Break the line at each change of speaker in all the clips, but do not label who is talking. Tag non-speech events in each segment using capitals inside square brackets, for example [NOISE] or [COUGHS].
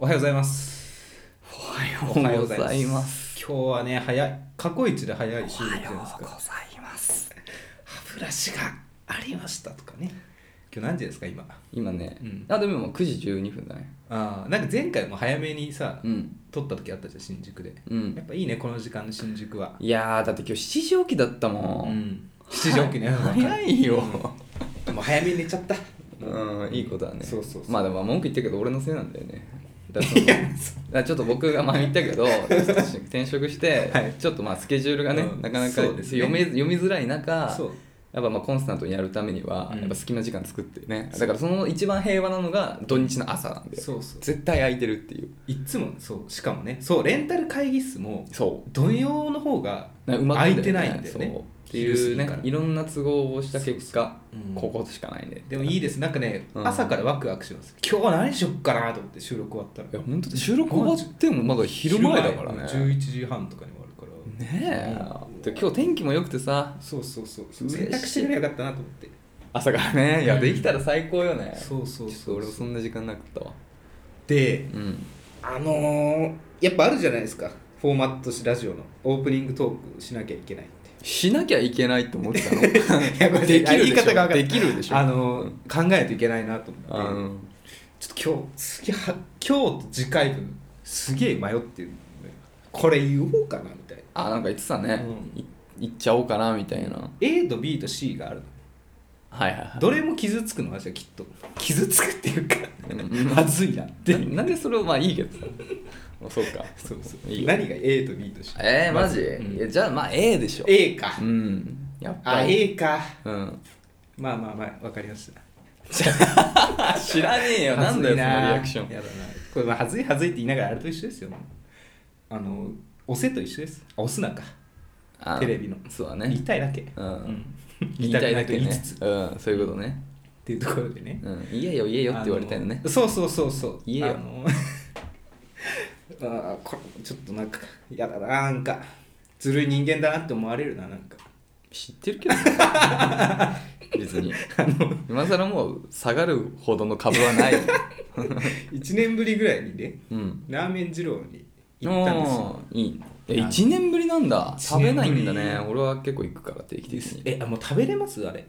おはようございます。
おはようございます。
今日はね、早い、過去一で早い収
お
録
は
じゃ
よ
な
う
いです
ご
か。
ざいます。
歯ブラシがありましたとかね。今日何時ですか、今。
今ね、
うん
あでももう9時12分だね。
ああ、なんか前回も早めにさ、
うん
撮った時あったじゃん、新宿で。
うん
や。っぱいいね、この時間の新宿は。
いやーだって今日7時起きだったも。
うんん。7時起きね。
早いよ。
うんもう早めに寝ち
[LAUGHS]
ゃった。
うんいいことだね。
そうそうそう
まあでも文句言ってるけど俺のせいなんだ
[LAUGHS]
よね。だからそのだからちょっと僕が前に言ったけどちょっと転職して、
はい
ちょっとまあスケジュールがね、
うん
なかなか
そうですね
読め読みづらい中
そう。
やっぱまあコンスタントにやるためには、
うん
やっぱ隙間時間作ってねだからその一番平和なのが土日の朝なんで
そうそう。
絶対空いてるっていう
いっつも、そう、しかもね、そう、レンタル会議室も、
そ
土曜の方が、
う埋まっ
空い
てんだよね
てないんだよね
そうっていう
昼過ぎ
ね
から
いろんな都合をした結果
そうそううん
ここしかないね
でもいいですなんかね、
うん
朝からワクワクします今日は何しよっかなと思って収録終わったら
いや本当収録終わってもまだ昼前だからね
昼前11時半とかに終わるから、
ね
うん
えで今日天気も良くてさ
そうそうそう
嬉しい
選択してくればよかったなと思って
朝からねいや
うん
できたら最高よねち
そ
ょ
うそう
っと
そう
俺もそんな時間なかったわ
で
うん
あのー、やっぱあるじゃないですかフォーマットしラジオのオープニングトークしなきゃいけないって [LAUGHS]
しなきゃいけないと思ってたの
やこれ
できるでし
言い方が
ょ
分かんない
できるでしょ
あのー考えないといけないなと
あ
思って
の
ちょっと今日次は今日と次回分すげえ迷ってるんだよこれ言おうかなみたいな
あなんか言ってたね
うん
い行っちゃおうかなみたいなはい
A と B と C がある
はいはい
どれも傷つくのはじゃあきっと傷つくっていうか
うん
まずいなって
ななんでそれをまあいい
[LAUGHS]
けどあそうか
そうそう
いいよ
何が A と B と C
えー、マジ、
うん
いやじゃあまあ A でしょ
A か
うんやっ
あ
ぱり
A か
うん、
まあまあまあわかりました
知らねえよなんだよそのリアクション
やだなこれまあはずいはずいって言いながらあれと一緒ですよあの押せと一緒ですあ押すなか
あ
テレビの
そうだ
言い
ね
たいだけ
うん
言
言
い
い
た
た
い
い
だ
だ
け
け
言い
ね
つつっ
うんそういうことね
ていうところでね
うん言えよ言えよって言われたいのね
あそうそうそうそう
言えよ
あの [LAUGHS] あーこれちょっとなんかやだななんかずるい人間だなって思われるななんか
知ってるけど
[LAUGHS]
別に今更もう下がるほどの株は
[LAUGHS]
ない
1年ぶりぐらいにね
うん
ラーメン二郎に行ったんですよ
おーいいえ1年ぶりなんだ
一
食べ
年ぶ
な
り
いんだね俺は結構行くから定期的に
えあもう食べれますあれ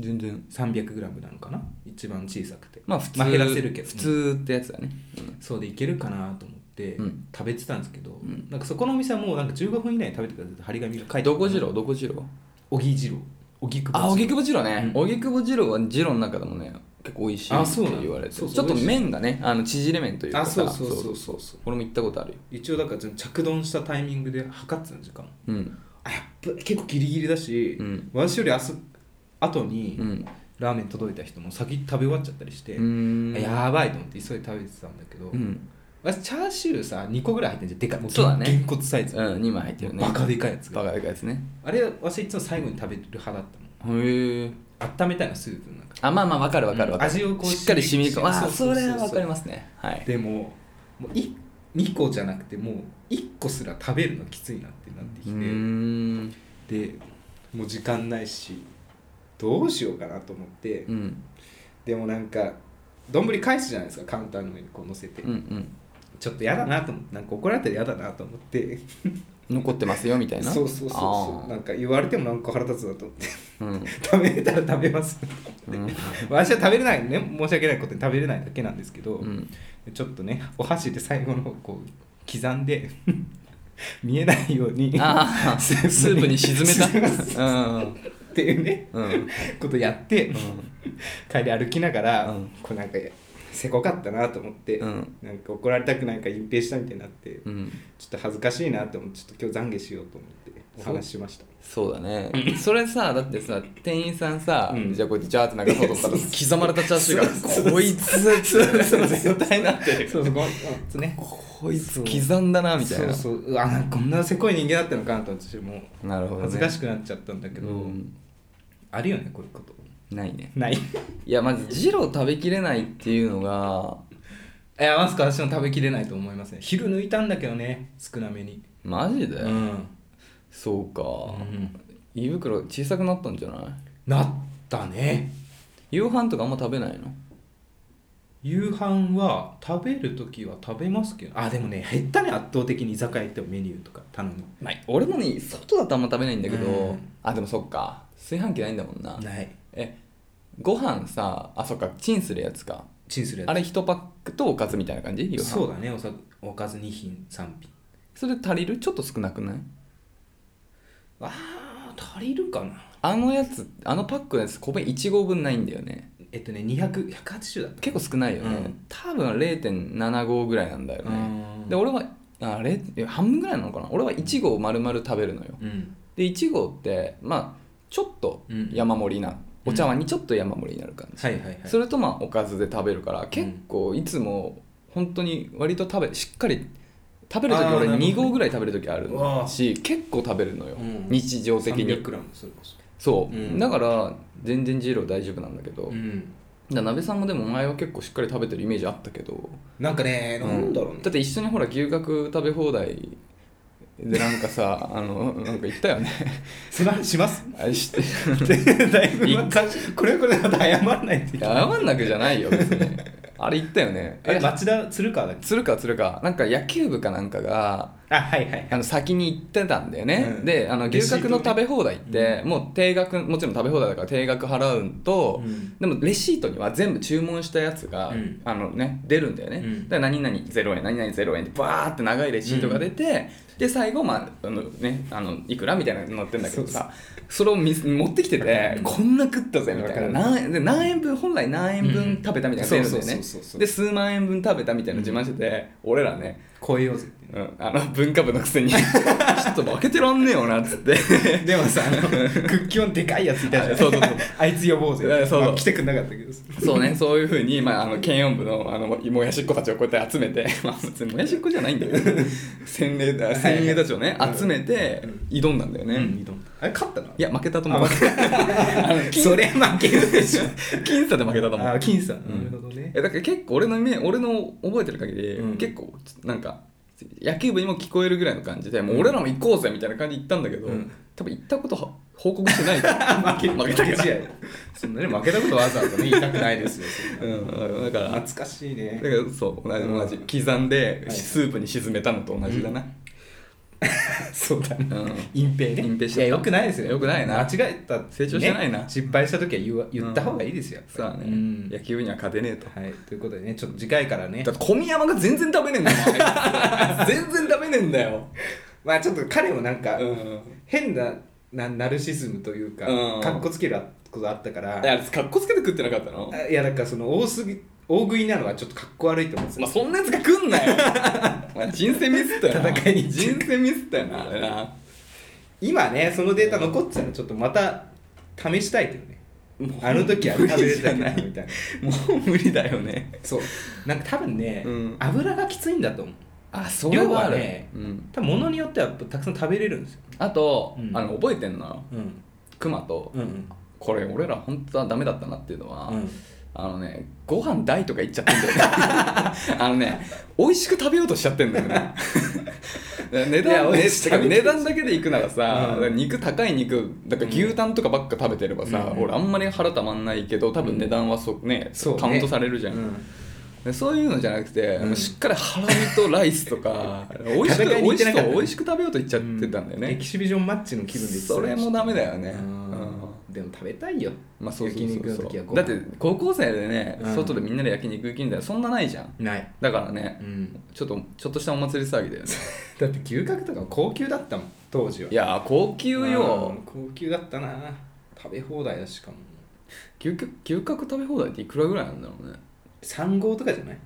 全然
300g なのかな一番小さくて
まあ普通、
減らせるけど
普通ってやつだね、
そうでいけるかなと思って
うん
食べてたんですけど、
ん
なんかそこのお店はもうなんか15分以内に食べてくださいって張り紙が書いてあ
う
っ
ん、
た
どこ二郎どこ二郎
荻二郎荻窪
あ荻窪二郎ね
うん
荻窪二郎は二郎の中でもね結構美味しい
あ
っ
そ
て
うなの
言われて
そうそう
ちょっと麺がねあの縮れ麺というかさ
あそうそうそうそう
これも行ったことあるよ
一応だから着丼したタイミングで測ってたの時間
うん
あやっぱ結構ギリギリだし、
うん
私よりあそ後
う
に
ん
ラーメン届いた人も先食べ終わっちゃったりして、
うーん
やばいと思って急いで食べてたんだけど、
うん、
私チャーシューさ2個ぐらい入ってんじゃんでかいも
そうだね
げんこつサイズ、
うん、2枚入ってるね
バカでかいやつ
バ
が
カでかいですね
あれ私いつも最後に食べる派だったの
へえ
温めたいのスープの中
あまあまあわかるわかるわかる、
味をこう
しっかり染み込むああ
そうそ
そう
そう
れ
そう
はわかりますねはい
でももうい2個じゃなくてもう1個すら食べるのきついなってなってき
う
て、
ーん
でもう時間ないしどうしようかなと思って、
うん
でもなんか丼返すじゃないですかカウンターの上にこう乗せて、
うんうん
ちょっと嫌だなと思ってなんか怒られたら嫌だなと思って
残ってますよみたいな
そうそうそうそうなんか言われてもなんか腹立つなと思って
あーうん
食べれたら食べます [LAUGHS]
うん
私は食べれないね申し訳ないことに食べれないだけなんですけど、
うん
ちょっとねお箸で最後の方こう刻ん
[LAUGHS]
で見えないように [LAUGHS]
ああスープに沈
沈め [LAUGHS]
めたうん
っていうね
うんうん
ことやって、帰り歩きながら、
うん
こうなんかせこかったなと思って、
うん
なんか怒られたくないから隠蔽したみたいになって、
う
ちょ
ん
っと恥ずかしいなと思ってちょっと今日懺悔しようと思ってお話ししました
そうだねそれさだってさ店員さんさ、
うん
じゃあこうやってジャーって流そうと思ったら刻まれたチャーシュ
そう
ーがこいつ絶対なってる
そうそうこいつね
こいつ刻んだなみたいな
そうそううわなんかこんなせこい人間だったのかなと思ってもう
なるほど、ね、
恥ずか
い
しくなっちゃったんだけ
け
ど、
ど、うん
あるよねこういうこと
ないね
[LAUGHS] ないい
いやまずジロー食べきれないっていうのが
やマスク私も食べきれないと思いますね昼抜いたんだけどね少なめに
マジで、
うん、
そうか、胃袋小さくなったんじゃない
なったね
夕飯とかあんま食べないの
夕飯は食べる時は食べますけどあでもね減ったね圧倒的に居酒屋行ってもメニューとか頼む
まあ、俺もね外だとあんま食べないんだけど、
うん
あでもそっか炊飯器ないんだもんな
ない
えご飯さあそっかチンするやつか
チンするやつ
あれ1パックとおかずみたいな感じ夕飯
そうだねおさおかず2品3品
それ足りるちょっと少なくない
あー足りるかな
あのやつあのパックのやつ米1合分ないんだよね
えっとね200180だった
結構少ないよね、
うん
多分0.75ぐらいなんだよね、
ね
で俺はあれ半分ぐらいなのかな俺は1合丸々食べるのよ
うん
で1合ってまあちょっと山盛りな、
うん
お茶碗にちょっと山盛りになる感じ、
はいはいはい
それとまあおかずで食べるから結構いつも本当に割と食べしっかり食べる時
あー
俺
なるほどね
2合ぐらい食べる時ある
うわー
し結構食べるのよ、
うん
日常的に
300g それこそ
そう、
うん
だから全然二郎大丈夫なんだけど、だか
ん
ら鍋さんもでも前は結構しっかり食べてるイメージあったけど、
なんかねなんだろうね
だって一緒にほら牛角食べ放題でなんかさ [LAUGHS] あのなんか言ったよね
その話します [LAUGHS]
あれして
だいぶ
一
これはこれだと謝らないといけない
謝んなくじゃないよ別にあれ言ったよね
[LAUGHS] え町田鶴川だっけ
鶴か鶴かなんか野球部かなんかが
あはいはい
あの先に行ってたんだよね、
うん
であの
レ
牛
シー
角
ト
の
ね
食べ放題って、もう定額もちろん食べ放題だから定額払うんと、
うん
でもレシートには全部注文したやつが、
うん
あのね、出るんだよね、
うん
だから何々0円何々0円ってバーって長いレシートが出て、で最後、まああのね、あのいくらみたいなの載ってんだけどさそれを見持ってきてて、こんな食ったぜみたいな
わ
何円で何円分本来何円分食べたみたいなの出るんだよね、
うんそうそうそうそう
で数万円分食べたみたいなの自慢してて、俺らね
超えようぜって
うん、あの文化部のくせに [LAUGHS] ちょっと負けてらんねえよなっつって
[LAUGHS] でもさ
[LAUGHS]
あのクッキーオンでかいやついたじゃん
そうそうそう
[LAUGHS] あいつ呼ぼうぜ
えそうそう
まあ来てくんなかったけど
そうねそういうふうに、まあ、あの検音部のあのもやしっ子たちをこうやって集めて、まあ、別にもやしっ子じゃないんだけど先鋭だ先鋭たちをね
はいはい
集めて挑んだんだよね、い
あれ勝ったの
や負けたと思う [LAUGHS] あの僅
それ負けるでしょ
[LAUGHS] 僅差で負けたと思
あ
う
金さん
ん
なるほどね
えだから結構俺のイメージ俺の覚えてる限り、
うん
結構なんか野球部にも聞こえるぐらいの感じでもう俺らも行こうぜみたいな感じで行ったんだけど、
うん
多分行ったことは報告してないから
負け
[LAUGHS] 負けたから
試合そんなね負けたことわざわざね言いたくないですよそんな
うん、だから、だか
懐かしいね
らそう、同じ、
うん
同じ、刻んで、
い
スープに沈めたのと同じだな。
そうだね
うん
隠蔽ね
隠蔽し
い
ちゃった
やよくないですよ
良くないな
間違えた
成長してないな
ね失敗した時は言わ言った方がいいですよやっぱ
そう
り
だね、
ん
野球部には勝てねえと。
はいということでねちょっと次回からね
だって、小宮山が全然食べねえんだよ。 [LAUGHS] お前全然食べねえんだよ。
まあちょっと彼もなんか
うん。
変ななナルシズムというか
うん
かっこつけることあったから
えあれ、かっこつけて食ってなかったの
あいやだからその多すぎ大食いなのはちょっとかっこ悪いと思って
まあ、そんなやつが食んな [LAUGHS] よ。お前人生ミスったよな。
戦いに
人生ミスったよな、あれな。
今ねそのデータ残ってたらちょっとまた試したいけどね
もう
あの時は食べれたけど
無理じゃな
ないみたいな
もう無理だよね。
そうなんか多分ね、
うん
油がきついんだと思う
あ、それはある。
量はね
うん。
多分物によってはやっぱたくさん食べれるんですよ
あと、
うん
あの、覚えてんのよ。
うん
熊と、
うんうん
これ俺ら本当はダメだったなっていうのは、
うん
あのねご飯大とか言っちゃってんだよね [LAUGHS] あのね美味しく食べようとしちゃってんだよね値
[LAUGHS] いや
段
美
ね
味しく食
てか
べて
値段だけでいくならさ、
うん
肉高い肉だから牛タンとかばっか食べてればさ、
うん
俺あんまり腹たまんないけど多分値段はそ、ね
そうね
カウントされるじゃん、でそういうのじゃなくて、
うん
もうしっかりハラミとライスと
[LAUGHS]
か美味しく
戦い
美
に行っ
味してそ
な
う
かったね
美味しく食べようと言っちゃってたんだよね、
エキシビジョンマッチの気分で
それもダメだよね
うん
う
でも食べたいよ
まあ、そうそうそう
焼肉
そ
の時はご飯
うだって高校生でね、
うん
外でみんなで焼肉行きみたいなそんなないじゃん
ない
だからね、
うん
ちょっとちょっとしたお祭り騒ぎだよね
だって牛角とか高級だったもん当時はい
やー高級よ
うん高級だったな食べ放題だしかも
牛角牛角食べ放題っていくらぐらいなんだろうね
3号とかじゃない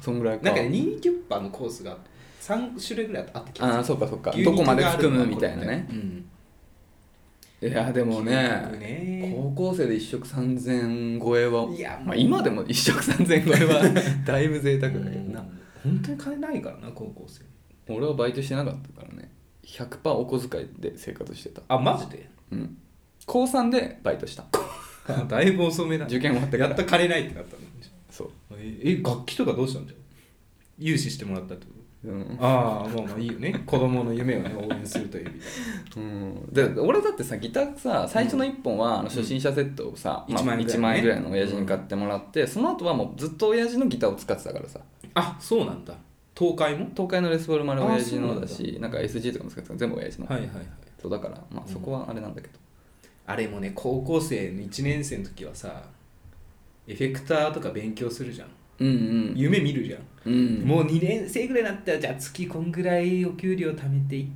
そんぐらいか
なんかねニンキュッパーのコースが3種類ぐらいあった気
あ
が
あ
する
そっかそっか
牛
ど
肉
こまで
がある
含む
の
みたいなね
うん
いやでも
牛肉
ね
ね
高校生で1食3000超えはい
や
まあ、今でも1食3000超えは [LAUGHS] だいぶ贅沢だけどな
本当に金ないからな高校生
俺はバイトしてなかったからね100%お小遣いで生活してた
あマジ
[LAUGHS]
で
うん高3でバイトした
だいぶ遅めだ
受験終わってから
やっと金ないってなったの
そう
ええ楽器とかどうしたんじゃん融資してもらったってこと
うん
ああまあまあいいよね子供の夢をね応援するという意味で
うん、で俺だってさギターさ最初の1本はあの初心者セットをさ、
うん
まあ、
1万円ぐらいね
1万円ぐらいの親父に買ってもらって、その後はもうずっと親父のギターを使ってたからさ
あそうなんだ東海も
東海のレスボール丸は親父
あ
の
そうなん
だ
だ
しなんか SG とかも使ってたから全部親父の、
はいはいはい
そうだから、まあ、そこはあれなんだけど、
あれもね高校生の1年生の時はさエフェクターとか勉強するじゃん
うん、うん
夢見るじゃん、
うんうん
もう2年生ぐらいになったらじゃあ月こんぐらいお給料貯めて1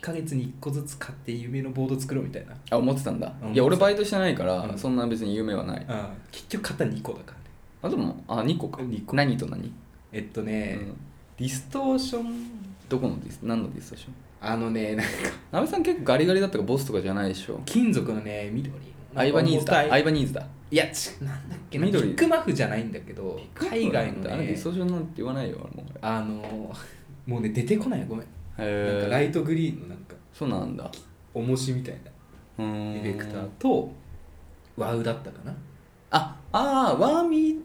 ヶ月に1個ずつ買って夢のボード作ろうみたいな
あ思ってたんだ
うん
いや俺バイトしてないから、
うん
そんな別に夢はない
あ結局買った2個だからね
あでもあ2個か
二
何と何、
えっとね、
うん
ディストーション
どこのディス何のディストーション
あのねなんか
阿部さん結構ガリガリだったからボスとかじゃないでしょ
金属のね緑
アイバニーズだ
重
ア
たい
イバニーズだ
いやちなんだっけな
緑
ビッグマフじゃないんだけど海外
だ
の
あれデ
ね
ィストーションなんて言わないよ俺も
あのもうね出てこないごめんなんかラ
へえ
イトグリーンのなんか
そうなんだ
重しみたいな
うーん
エフェクターとワウだったかな
ああーワーミー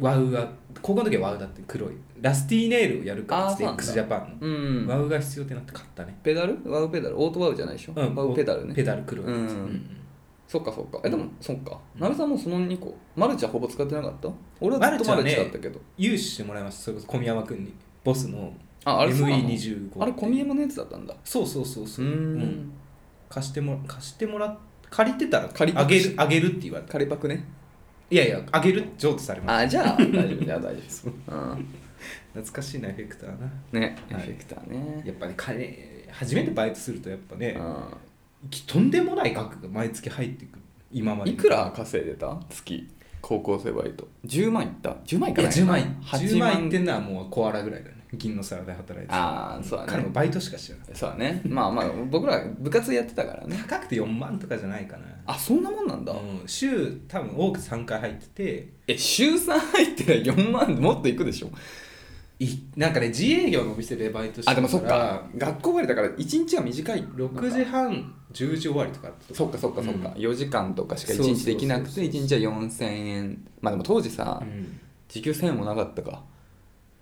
ワウは高校の時はワウだって黒いラスティーネイルをやるからっつって
あーそうなんだ
x ジャパン
う
の、
ん
ワウが必要ってなって買ったね、
ペダルワウペダルオートワウじゃないでしょ、
うん、
ワウペダルね
ペダル黒いやつ
うん
うん
そっかそっかえでも、そっか
うん
なべさんもその2個マルチはほぼ使ってなかった俺はずっと
マルチは
マ
ね
ルチだったけど、
融資してもらいましたそれこそ小宮山君にボスの
ああれそうなの
ME25
あれ小宮山のやつだったんだ
そうそうそうそう
うーん、
うん貸しても貸してもらっ借りてたら
借り
あげるあげるって言われた
カレパクね
いやいやあげるって譲渡されまし
あじゃあ大丈夫じゃあ大
[LAUGHS]
丈夫うん
た懐かしいなエフェクターな
ねエフ
はい
ェクターね
やっぱね金初めてバイトするとやっぱね
うん
きとんでもない額が毎月入ってくる今まで
いくら稼いでた月高校生バイト10万いった10万い
い
か
や
ない
10万い
8
10万いって
万
んのはもうコアラぐらいだね銀の皿で働いてた
ああそうだ
彼
ね
もバイトしかしてなかっ
そうだねまあまあ僕ら部活やってたからね
た高くて4万とかじゃないかな
あそんなもんなんだ
うん週多分多く3回入ってて
え週3入って4万もっといくでしょ
いなんかね自営業のお店でバイトして
あ
た
で
から
もそっか学校終わりだから1日は短い
6時半10時終わりとかって
そっかそっかそっか、
うん
4時間とかしか1
そうそう
日
そう
できなくて1日は4000円まあでも当時さ、
うん
時給1000円もなかったか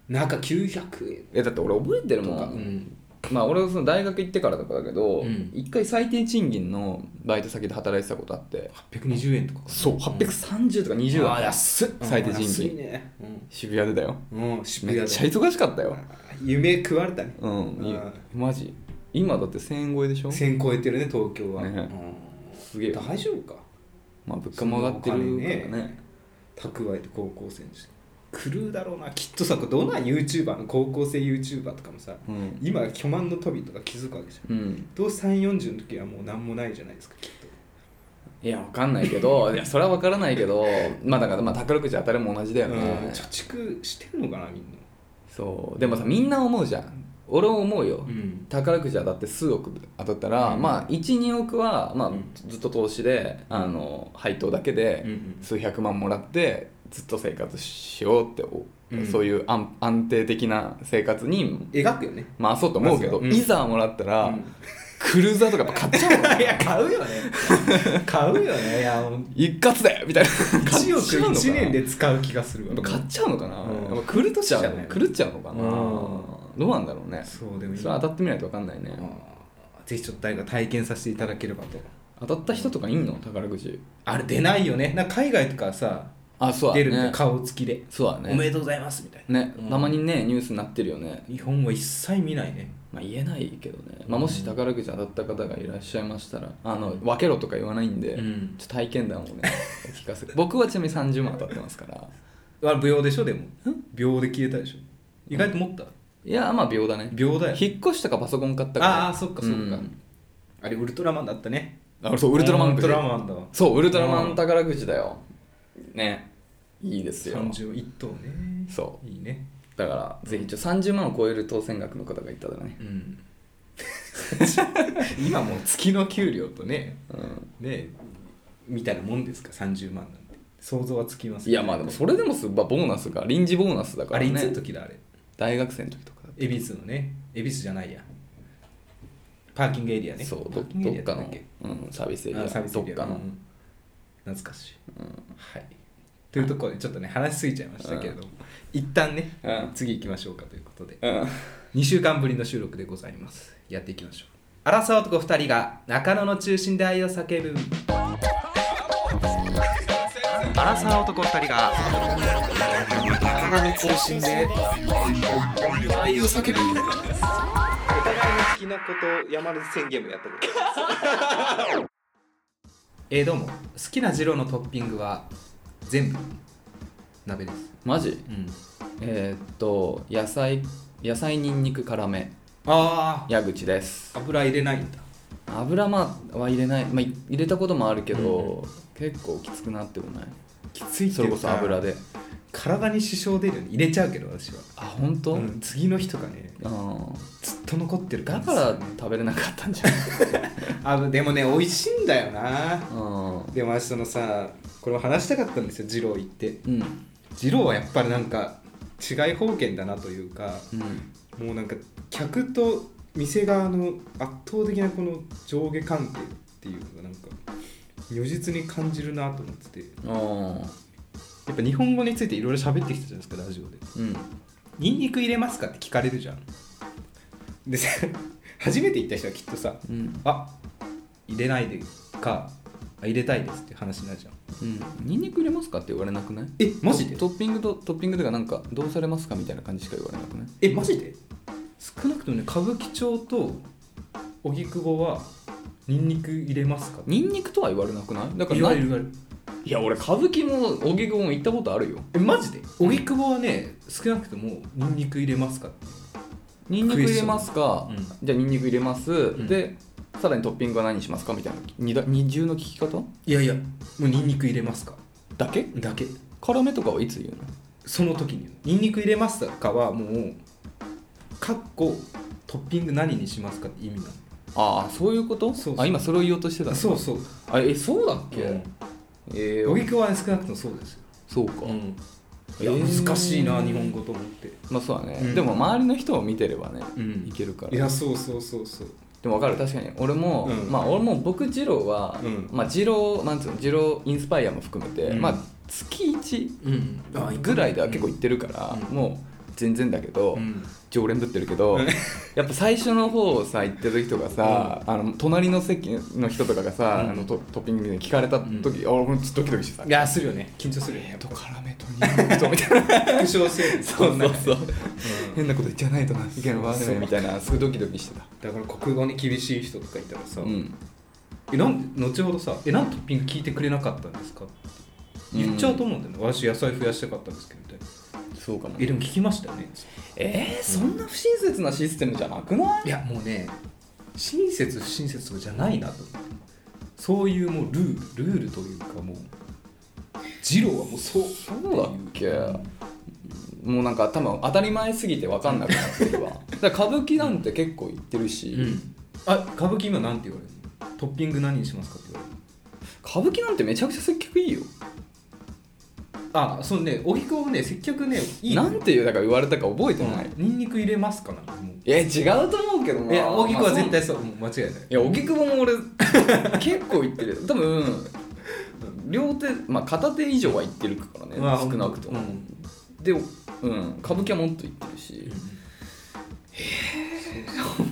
なんか900円
えだって俺覚えてる
と
もん
か、うん、
まあ俺はその大学行ってからとかだけど、
うん
一回最低賃金のバイト先で働いてたことあって
820円とか
そう830とか20
あ
だ
あ
った
安っ
最低賃金
安いねう
渋谷でだよ
ん、うん、渋
め
谷
っ
で
ちゃ忙しかったよ
夢食われたね
うんい
あ
マジ今だって1000円超えでしょ
1000超えてるね東京は、
ね
う
すげえ
ん、大丈夫か
まあ物価も上がってるから
そんなお金
ね
蓄えて高校生にして狂うだろうなきっとさどんな YouTuber の高校生 YouTuber とかもさ
うん、
今巨万の飛びとか気づくわけじゃん
うん、
どう340の時はもう何もないじゃないですかきっと
いやわかんないけど [LAUGHS] いやそれはわからないけどまあだからまあ宝くじ当たるも同じだよね、
うん、貯蓄してんのかなみんな、
そうでもさみんな思うじゃん俺も思うよ、
ん、
宝くじ当たって数億当たったら、
うん
まあ12億は、まあ
うん、
ずっと投資であの配当だけで
うんうん
数百万もらってずっと生活しようって、お
うん
そういう安安定的な生活に
描くよね
回そうと思うけ
まずは
ど、
うん
いざもらったら、
うん
クルーザーとかやっぱ買っち
[LAUGHS]
ゃうもん
いや買うよね買うよねいやもう
一括でみたいな
1億
買っちゃうのかな
1年で使う気がする
や
わ
っぱ買っちゃうのかな、
うん
やっぱ狂っちゃ
狂っ
う
ちゃう
の
ね
狂っちゃうのかな、
う
どうなんだろうね
そうでもいい
それは当たってみないと分かんないね、
あーぜひちょっと誰か体験させていただければと
当たった人とかいんの宝くじ
あれ出ないよねなんか海外とかさ
あそうだ
出
ね
るんで顔つきで、
そうだね
おめでとうございますみたいな
ね、
うん
たまにねニュースになってるよね
日本は一切見ないね
まあ言えないけどね、まあ、もし宝くじ当たった方がいらっしゃいましたらあの分けろとか言わないんで、
うん
ちょっと体験談をね [LAUGHS] 聞かせて僕はちなみに30万当たってますから
あれ秒でしょでも秒で消えたでしょ意外と持った、
いやまあ秒だね
秒だよ
引っ越しとかパソコン買ったから
ああーそっかそっか、
うん
あれウルトラマンだったね
あそうウルトラマン
ウルトラマンだわ
そうウルトラマン宝くじだよねいいですよ
31等ね
そ
いいね
うだからぜひちょ30万を超える当選額の方がいたらね、
うん [LAUGHS]
[LAUGHS]
今もう月の給料とね
うん、
ねみたいなもんですか30万なんて想像はつきます
いやまあでもそれでもす、まあ、ボーナスが臨時ボーナスだか
あ
ら
れ
ね
いつの時だあれ
大学生の時とかだっ
恵比寿のね恵比寿じゃないやパーキングエリア
た
ね
ねそう
パ
ど
ーキングエリ
どっ
アだ
か
た
の
け
うん、サービスエリア
あサービスエリア
どっかの、
うん懐かしい、はいというところでちょっとね話しすぎちゃいましたけれども、一旦ね、
うん
次行きましょうかということで
うん
2週間ぶりの収録でございますやっていきましょう荒沢男2人が中野の中心で愛を叫ぶ荒沢男2人が中野の中心で愛を叫ぶお互いの好きなことを山根宣言もやったことえー、どうも好きな二郎のトッピングは全部鍋です、
マジえー、っと野菜野菜にんにく辛め
あ
矢口です
あ油入れないんだ
油まあは入れない、まあ、い入れたこともあるけど、
うん
結構きつくなってもない
きつい
それこそ油で
体に支障出るよね入れちゃうけど私は、
あ本当、
うん次の日とかね
あー
ずっと残ってる感
だ
じ
か
する
ら食べれなかったんじゃない
あでもね美味しいんだよな
うん
でも私そのさこれも話したかったんですよ二郎行って
うん
二郎はやっぱりなんか違い方見だなというか
うん
もうなんか客と店側の圧倒的なこの上下関係っていうのがなんか如実に感じるなと思ってて
うん
やっぱ日本語についていろいろ喋ってきたじゃないですかラジオで
うん
「ニンニク入れますか?」って聞かれるじゃんで [LAUGHS] さ初めて行った人はきっとさ
うん
「あ入れないで」か「あ入れたいです」って話になるじゃん
うんニンニク入れますかって言われなくない
えマジで
トッピングとトッピングとかなんかどうされますかみたいな感じしか言われなくない
えマジで少なくともね歌舞伎町と荻窪はニンニク入れますか
ニンニクとは言われなくないだから
言わ
な
れる言われる
いや俺歌舞伎も荻窪も行ったことあるよ
えマジで荻窪はね少なくともニンニク入れますかって
ニンニク入れますか、
うん
じゃあニンニク入れます、
ん
でさらにトッピングは何にしますかみたいな二だ二重の聞き方
いやいやもうニンニク入れますか
だけ
だけ
辛めとかはいつ言うの
その時に言うニンニク入れますかはもうかっこトッピング何にしますかって意味な
ああそういうこと
そうそう
あ今それを言おうとしてた
の
の
そうそう
あえそうだっけ、
うん
えー
荻窪はね少なくともそうですよ、
そうか、
いや
えー
難しいな日本語と思って
まあそうだね、
うん
でも周りの人を見てればね、
うん
いけるから
いやそうそうそうそう
でも分かる確かに俺も、
うん
まあ俺も僕二郎は、
うん
まあ二郎なんつうの二郎インスパイアも含めて、
うん
まあ月1
うん
ぐらいでは結構行ってるから、
うん
もう全然だけど、
うん
常連ぶってるけど
うん
やっぱ最初の方さ行った時とかさ、あの隣の席の人とかがさ、
うん
あのトトッピングで聞かれた時、あ俺もちょっとドキドキしてさ
いやするよね緊張するよね
えっと辛めとニンニクとみたい
[LAUGHS]
な
復唱せる
そうそうそう
うん
変なこと言っちゃないとないけないわ
そう
ねみたいなすごいドキドキしてた
だから国語に厳しい人とかいたらさ、
うん
えなんで後ほどさ「えなんでトッピング聞いてくれなかったんですか?」って言っちゃうと思うんだよね、私野菜増やしたかったんですけどみたいな
そうかも
えでも聞きましたよね
えー、そんな不親切なシステムじゃなくない
いやもうね親切不親切とかじゃないなと思ってそういうもうルールルールというかもう二郎はもうそう
そうだっけもうなんか多分当たり前すぎて分かんなくなって
[LAUGHS]
るわだから歌舞伎なんて結構行ってるし、
うんあ歌舞伎今なんて言われるのトッピング何にしますかって言われる
歌舞伎なんてめちゃくちゃ接客いいよ
あそうね荻窪もね接客ねいいの
なんていうだから言われたか覚えてない、
ニンニク入れますかなもう
え違うと思うけどない
や荻窪は絶対そう、もう間違いない
いや荻窪も俺 [LAUGHS] 結構行ってる多分両手まあ片手以上は行ってるからね、
まあ
少なくとも、
うん
でうん歌舞伎はもっと行ってるし、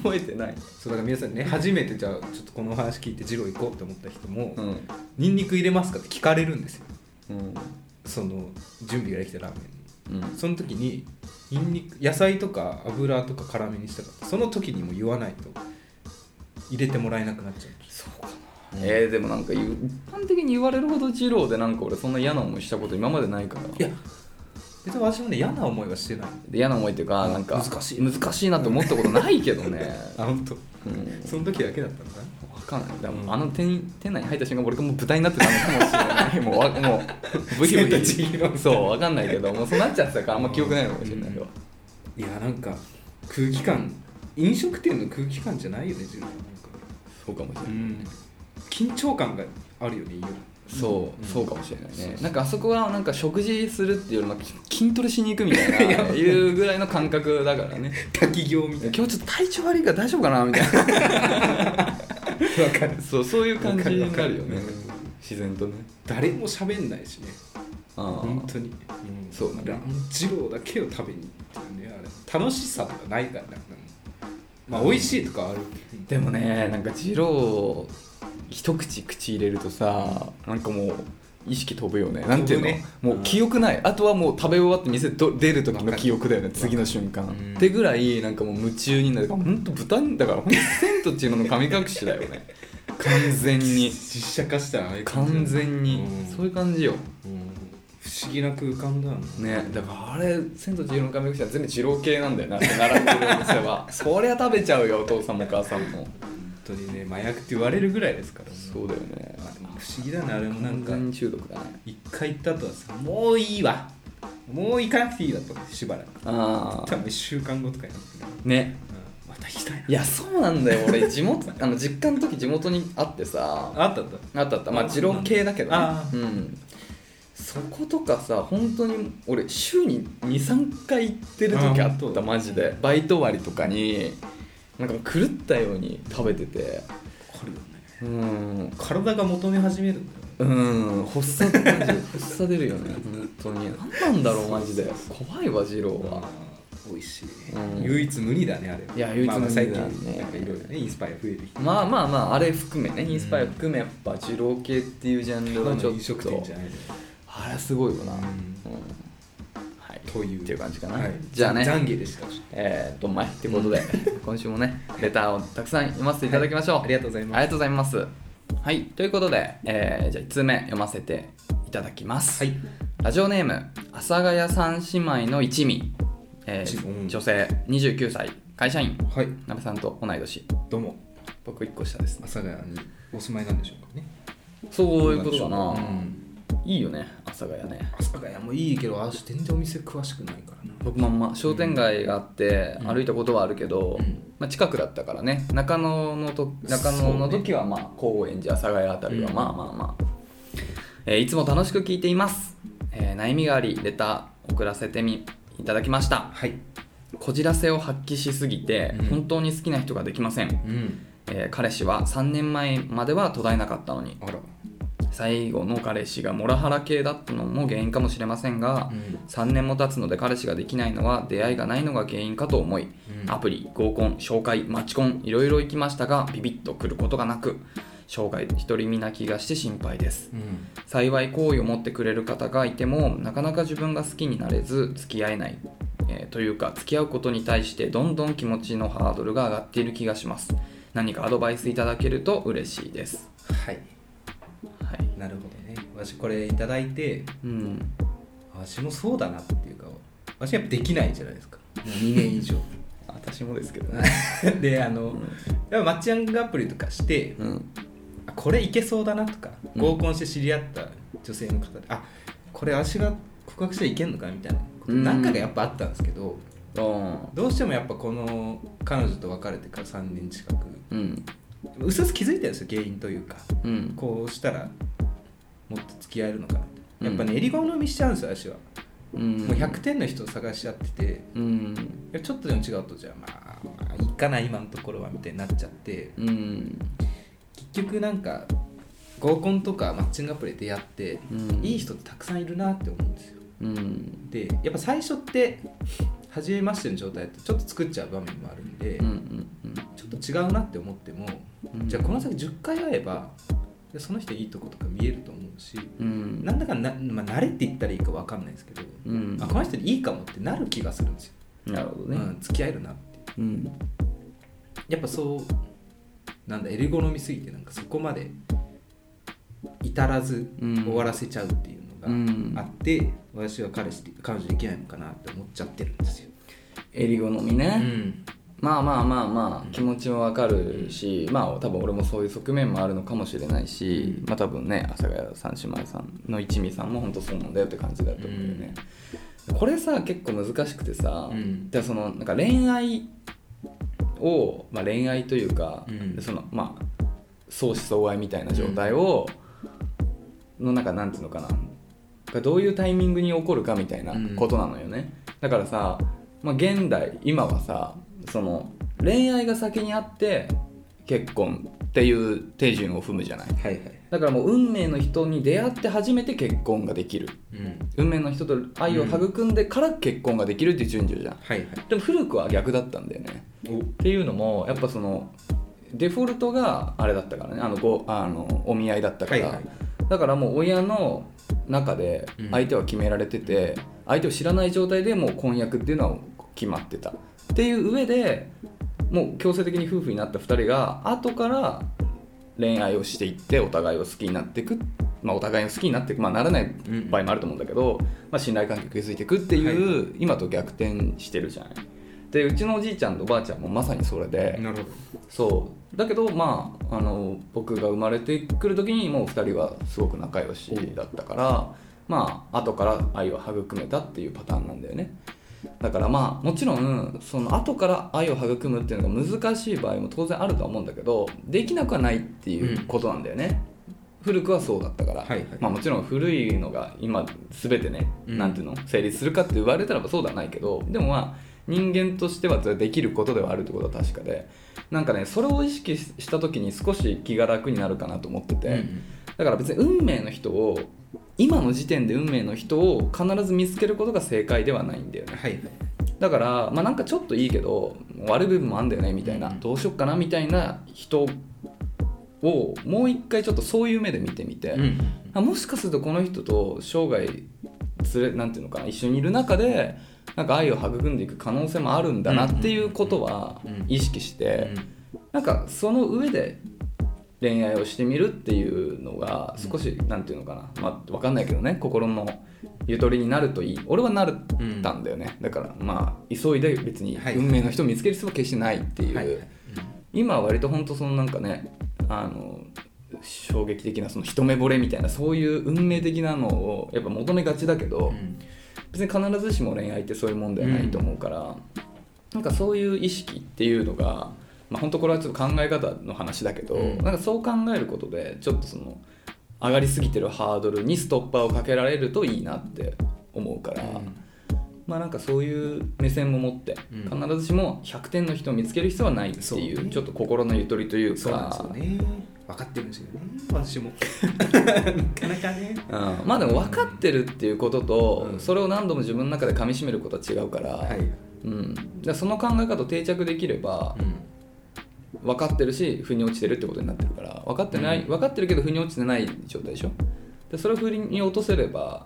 覚えてない
そうだから皆さんね初めてじゃあちょっとこのお話聞いて二郎行こうって思った人も、
うん、
ニンニク入れますかって聞かれるんですよ
うん
その準備ができたラーメン
うん
その時にニンニク野菜とか油とか辛めにしたかったその時にも言わないと入れてもらえなくなっちゃう
そうかなえー、でもなんか言う一般的に言われるほど二郎でなんか俺そんな嫌な思いしたこと今までないから
いや別に私もね嫌な思いはしてない
で嫌な思いっていうかなんか
難しい
難しいなって思ったことないけどね、
あ本当
[LAUGHS] うん、
その時だけだったんだ
わかんない。でも、
うん
あの店店内に入った瞬間、俺がもう舞台になってたのかもしれない。 [LAUGHS] もうわ、もう、ブヒブ
千と千尋
ヒ。そう、わかんないけど、もうそうなっちゃってたから、あんま記憶ないのかもしれないわ。
いやなんか空気感飲食店の空気感じゃないよね自分はなんか
そうかもしれ
う
ない。
ん緊張感があるよねいいよ
そう、
うん
そうかもしれない
そう
ね
そ。う
なんかあそこはなんか食事するっていうよりも筋トレしに行くみた [LAUGHS] いないうぐらいの感覚だからね。
滝行みた
今
い
日ちょっと体調悪いから大丈夫かなみたいな。
なわ
[LAUGHS]
かる
そう、そういう感じになるよ
わ
ね
かるわかる。
自然とね。
誰も喋んないしね
あー
本当に、うん、
そうなんだ
ランチローだけを食べに行ってるねあれ楽しさがないからなまあ美味しいとかあるけど
でもねなんか二郎一口口入れるとさなんかもう意識飛ぶよねなんていうの、
飛ぶね
もう記憶ないあとはもう食べ終わって店と出る時
わか
の
る
記憶だよね次の瞬間
うん
ってぐらいなんかもう夢中になるほんと豚だからほんと「千と千尋の神隠し」だよ [LAUGHS] ね完全に
実写化したらああいう感じだね
完全に
うん
そういう感じよ
うん不思議な空間だよね
ねだからあれ「千と千尋の神隠し」は全部二郎系なんだよな並んでるお店
[LAUGHS]
はそりゃ食べちゃうよお父さんもお母さんも
本当にね麻薬って言われるぐらいですから
そうだよね
あでも不思議だねあれもなん
完
か
全に中毒だね
一回行った後はさもういいわもう行かなくていいわとしばらく
あ
多
あ
分1週間後とかになってる、
ね
うん、また行きたいない
やそうなんだよ俺地元 [LAUGHS] あの実家の時地元にあってさ
あったあった
あったあったまあ二郎系だけどね
あー
うんそことかさ本当に俺週に23回行ってる時あ
あ
っ
ー本
た
当
マジでバイト終わりとかになんかもう狂ったように食べてて
これよね
うん
体が求め始めるんだよ
うん発作って感じ発作出るよね本当に何なんだろうマジで怖いわ二郎
ね
は
美味しい、
うん
唯一無二だねあれはい
や唯一無二だね
まあまあ最近なんかいろいろねインスパイア増えてきて
まあまあまああれ含めねインスパイア含めやっぱ二郎系っていうジャンルはちょ
飲
っ
食店
と
じゃないですか
あれすごいよな、うん
うん
はい、
という
っていう感じかな、
はい、
じゃあね
懺悔でした
えー、っと前ってことで今週もねレターをたくさん読ませていただきましょう、
はいありがとうございます
ありがとうございますはいということで、えーじゃあ1通目読ませていただきます、
はい
ラジオネーム阿佐ヶ谷三姉妹の一味、え
一味う
ー、
ん
女性29歳会社員
はい
なべさんと同い年
どうも
僕1個下です
阿佐ヶ谷にお住まいなんでしょうかね
そういうことかな、
うん
いいよね阿佐ヶ谷ね
阿佐ヶ谷もいいけど私全然お店詳しくないからな
僕もあんま商店街があって
うん
歩いたことはあるけど、
うん
まあ、近くだったからね中野のと中
そう
野
ね
の時はまあ高円寺阿佐ヶ谷あたりは
うん
まあまあまあ、えーいつも楽しく聞いています、えー悩みがありレター送らせてみいただきました
はい
こじらせを発揮しすぎて
うん
本当に好きな人ができません、
うん
えー彼氏は3年前までは途絶えなかったのに
あら
最後の彼氏がモラハラ系だったのも原因かもしれませんが、
うん
3年も経つので彼氏ができないのは出会いがないのが原因かと思い、
うん
アプリ合コン紹介マチコンいろいろ行きましたがビビッとくることがなく生涯独り身な気がして心配です
うん
幸い好意を持ってくれる方がいてもなかなか自分が好きになれず付き合えない、えーというか付き合うことに対してどんどん気持ちのハードルが上がっている気がします何かアドバイスいただけると嬉しいです
はい
はい
なるほどね私これいただいて
うん
私もそうだなっていうか私やっぱできないじゃないですか2年以上
私もですけど
[LAUGHS] であのやっぱマッチングアプリとかして
うん
あこれいけそうだなとか
うん
合コンして知り合った女性の方で、あこれ私が告白していけんのかみたいなこと
うん
何回かやっぱあったんですけど
あ
どうしてもやっぱこの彼女と別れてから3年近く
ーうん
うすうす気づいてるんですよ原因というか
うん
こうしたらもっと付き合えるのかなやっぱ
う
ね
ん
えり好みしちゃうんですよ私は、
うん
もう100点の人を探し合ってて
うん
いやちょっとでも違うとじゃあまあ、まあ、いいかな今のところはみたいになっちゃって
うん
結局なんか合コンとかマッチングアプリで出会って、
うん
いい人ってたくさんいるなって思うんですよ
うん
でやっぱ最初って初めましての状態だとちょっと作っちゃう場面もあるんで、
うんうん
ちょっと違うなって思っても、
うん
じゃあこの先10回会えばでその人いいとことか見えると思うし、
うん
なんだかな、まあ、慣れって言ったらいいか分かんないですけど、
うん
あこの人いいかもってなる気がするんですよ、
なるほど
う
ね
ん、付き合えるなって
うん
やっぱそうなんだエリ好みすぎてなんかそこまで至らず
うん
終わらせちゃうっていう
うん
のがあって、私は彼氏で彼女できないのかなって思っちゃってるんですよ、
えり好み
う
ね、
ん、
まあまあまあまあ気持ちもわかるし、まあ多分俺もそういう側面もあるのかもしれないし、まあ多分ね阿佐ヶ谷三姉妹さんの一味さんも本当そうなんだよって感じだと思うよね、これさ結構難しくてさ、
うん
でそのなんか恋愛を、まあ、恋愛というか、
うん
でそのまあ相思相愛みたいな状態を、のなんかなんていうのかながどういうタイミングに起こるかみたいなことなのよね、だからさ、まあ、現代今はさその恋愛が先にあって結婚っていう手順を踏むじゃない
はいはい
だからもう運命の人に出会って初めて結婚ができる
うん
運命の人と愛を育んでから結婚ができるっていう順序じゃん
はいはい
でも古くは逆だったんだよね
お
っていうのもやっぱそのデフォルトがあれだったからねあのごあのお見合いだったから、
はいはい
だからもう親の中で
うん
相手は決められてて、相手を知らない状態でもう婚約っていうのは決まってたっていう上でもう強制的に夫婦になった2人が後から恋愛をしていってお互いを好きになっていく、まあ、お互いを好きになっていく、まあ、ならない場合もあると思うんだけど、まあ、信頼関係を築いていくっていう、今と逆転してるじゃない。でうちのおじいちゃんとおばあちゃんもまさにそれで、
なるほど
そうだけどまああの僕が生まれてくる時にもう2人はすごく仲良しだったからまあ後から愛を育めたっていうパターンなんだよねだからまあもちろんその後から愛を育むっていうのが難しい場合も当然あるとは思うんだけどできなくはないっていうことなんだよね、古くはそうだったから、
はいはい
まあ、もちろん古いのが今全てね、
うん
なんていうの成立するかって言われたらばそうではないけどでもまあ人間としてはできることではあるってことは確かでなんかねそれを意識しした時に少し気が楽になるかなと思ってて、
うんうん
だから別に運命の人を今の時点で運命の人を必ず見つけることが正解ではないんだよね
はいはい
だからまあなんかちょっといいけど悪い部分もあんだよねみたいな、
うん
どうしよっかなみたいな人をもう一回ちょっとそういう目で見てみて、
うん
あもしかするとこの人と生涯つれなんていうのかな一緒にいる中でなんか愛を育んでいく可能性もあるんだなっていうことは
うん
意識して、なんかその上で恋愛をしてみるっていうのが少し、なんていうのかなまあ分かんないけどね心のゆとりになるといい俺はなるったんだよね、だからまあ急いで別に
はい
運命の人を見つける必要は決してないっていう、
はいはいうん
今は割と本当そのなんかねあの衝撃的なその一目惚れみたいなそういう運命的なのをやっぱ求めがちだけど、
うん
別に必ずしも恋愛ってそういうもんではないと思うから、なんかそういう意識っていうのが、まあ、本当これはちょっと考え方の話だけど、
うん
なんかそう考えることでちょっとその上がりすぎてるハードルにストッパーをかけられるといいなって思うから、まあなんかそういう目線も持って、
うん
必ずしも100点の人を見つける必要はないってい
そううね
ちょっと心のゆとりという
そうなんです
か
よね分かってるんですけどね私
[LAUGHS]
もなかなかね
うんまあでも分かってるっていうことと、
うん
それを何度も自分の中で噛みしめることは違うから、
はい
うん、だからその考え方を定着できれば分かってるし腑に落ちてるってことになってるから分かってない、
うん
分かってるけど腑に落ちてない状態でしょでそれを腑に落とせれば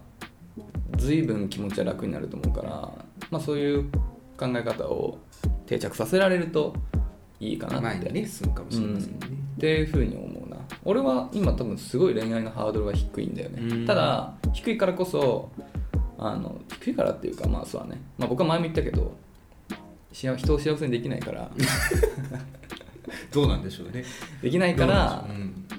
随分気持ちは楽になると思うから、まあ、そういう考え方を定着させられるといいかな
前
って、
にね進むかもしれませんね
っていうふうに思うな俺は今多分すごい恋愛のハードルが低いんだよ
う
ね
ん
ただ低いからこそあの低いからっていうかまあそうだね、まあ、僕は前も言ったけど幸人を幸せにできないから
[LAUGHS] どうなんでしょうね
できないか
ど
ら
うなんでしょ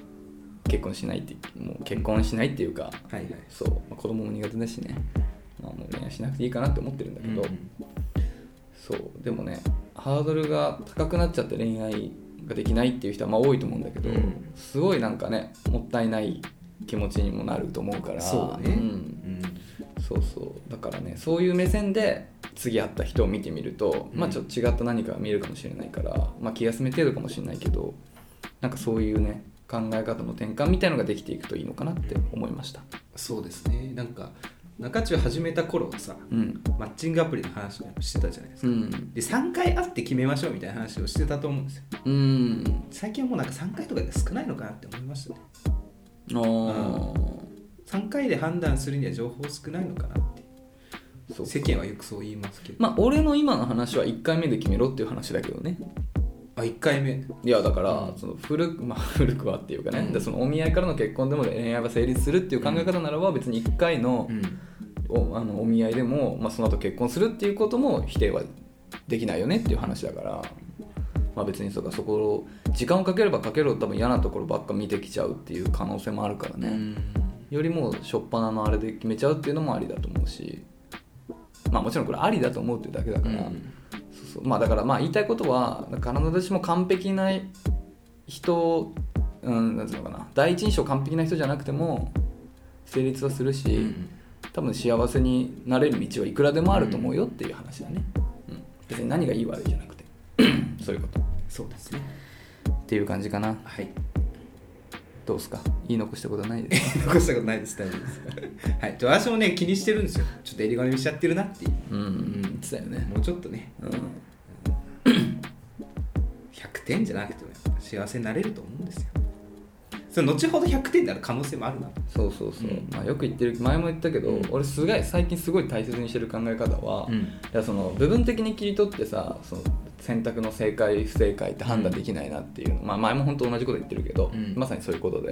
結婚しないってもう結婚しないっていうか
ううんはいはい
そう、まあ、子供も苦手だしね、まあ、もう恋愛しなくていいかなって思ってるんだけど、そうでもねハードルが高くなっちゃって恋愛ができないっていう人はまあ多いと思うんだけど、
うん
すごいなんかねもったいない気持ちにもなると思うから
そうだね
ん
うん
そうそうだからねそういう目線で次会った人を見てみると、
うん
まあちょっと違った何かが見えるかもしれないから、まあ、気休め程度かもしれないけどなんかそういうね考え方の転換みたいのができていくといいのかなって思いました。
そうですねなんか中中始めた頃はさ
うん、
マッチングアプリの話をしてたじゃないです
う
か
ん、
で3回会って決めましょうみたいな話をしてたと思うんですよ
うん、
最近はもうなんか3回とかで少ないのかなって思いましたね
あー
3回で判断するには情報少ないのかなって
そう
世間はよくそう言いますけど、
まあ俺の今の話は1回目で決めろっていう話だけどね
あ1回目
いやだから、
うん
その古く [LAUGHS] まあ、古くはっていうかね、
うん
でそのお見合いからの結婚でも恋愛は成立するっていう考え方ならば別に1回の,、
ん
おあのお見合いでも、まあ、その後結婚するっていうことも否定はできないよねっていう話だから、まあ、別にそうかそこを時間をかければかけるほど多分嫌なところばっか見てきちゃうっていう可能性もあるからね、よりも初っ端のあれで決めちゃうっていうのもありだと思うしまあもちろんこれありだと思うっていうだけだ
だ
から、そうそうまあだからまあ言いたいことは必ずしも完璧な人うんなんていうのかな第一印象完璧な人じゃなくても成立はするし、多分幸せになれる道はいくらでもあると思うよっていう [COUGHS] 話だね、うん別に何がいい悪いじゃなくてそういうこと
そうですね
っていう感じかな
はい
どうっすか言い残したことないですか
残したことないです大丈夫ですはいで私もね気にしてるんですよちょっと襟髪しちゃってるなっていう
うん、うん、言ってたよね
もうちょっとね
うん
100点じゃなくても幸せになれると思うんですよそれ後ほど100点になる可能性もあるな
そうそうそう、
うん
まあ、よく言ってる前も言ったけど、
うん
俺すごい最近すごい大切にしてる考え方は、いやその部分的に切り取ってさその選択の正解不正解って判断できないなっていうの、まあ、前も本当同じこと言ってるけど、
うん
まさにそういうことで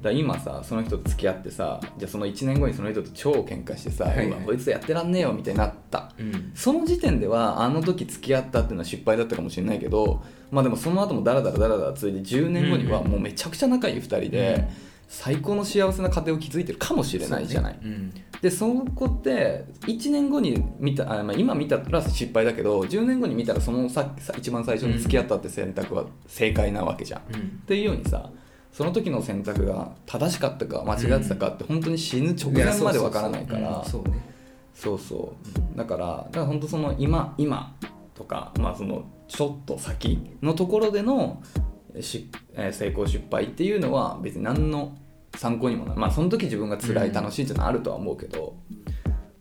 だから今さその人と付き合ってさじゃあその1年後にその人と超喧嘩してさ、
はいはいう
わこいつやってらんねえよみたいになった
うん
その時点ではあの時付き合ったっていうのは失敗だったかもしれないけどまあでもその後もダラダラダラダラついて10年後には
うんうん
もうめちゃくちゃ仲いい2人で、
うん
最高の幸せな家庭を築いてるかもしれないじゃない。
そうねうん
でそこって1年後に見たあ、まあ、今見たら失敗だけど10年後に見たらそのささ一番最初に付き合ったって選択は正解なわけじゃん。っていうようにさその時の選択が正しかったか間違ってたかって本当に死ぬ直
いや
前
そう
まで
そうそう
わからないから
うんそうね
そうそうだからだから本当その今今とかまあそのちょっと先のところでのし、えー成功失敗っていうのは別に何の参考にもないまあその時自分が辛
う
い
ん
楽しいっていうのはあるとは思うけど、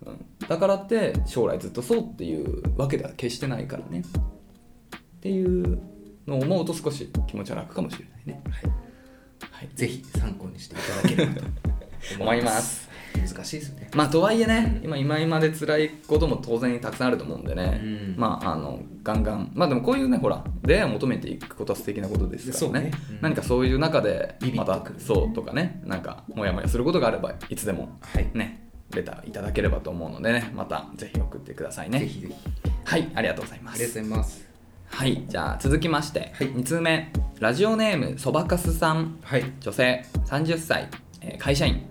うん、だからって将来ずっとそうっていうわけでは決してないからねっていうのを思うと少し気持ちは楽かもしれないね
はい
はい
ぜひ参考にしていただければと
思います
難しいですよね
まあとはいえね、今今今で辛いことも当然たくさんあると思うんでね、
うん
まああのガンガンまあでもこういうねほら出会いを求めていくことは素敵なことですからね
そうねうん
何かそういう中で
ビビッ
ま
と
た
くる
そうとかねなんかモヤモヤすることがあればいつでも
はい
ねレターいただければと思うのでねまたぜひ送ってくださいね
ぜひぜひ
はいありがとうございま
あ
す
りがとうございます
はいじゃあ続きまして、
はい
2通目ラジオネームそばかすさん
はい
女性30歳、えー会社員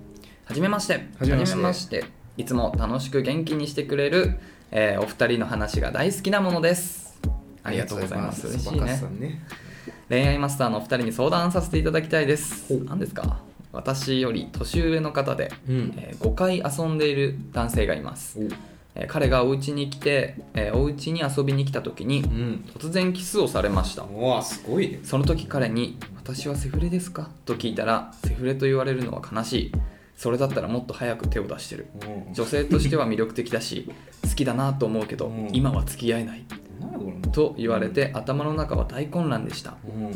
はじめまして
はじめまして
はていつも楽しく元気にしてくれる、えーお二人の話が大好きなものですありがとうございます嬉しい
そばか
ね
すさんね
恋愛マスターのお二人に相談させていただきたいです
ほう
何ですか私より年上の方で、
うん
え5回遊んでいる男性がいます、えー彼がお家に来て、えーお家に遊びに来た時に
うん
突然キスをされました
うわすごいね
その時彼に「私はセフレですか?」と聞いたら「セフレと言われるのは悲しい」「それだったらもっと早く手を出してる」「女性としては魅力的だし [LAUGHS] 好きだなと思うけど
うん
今は付き合えない」
なんだこれ
と言われて頭の中は大混乱でした
うん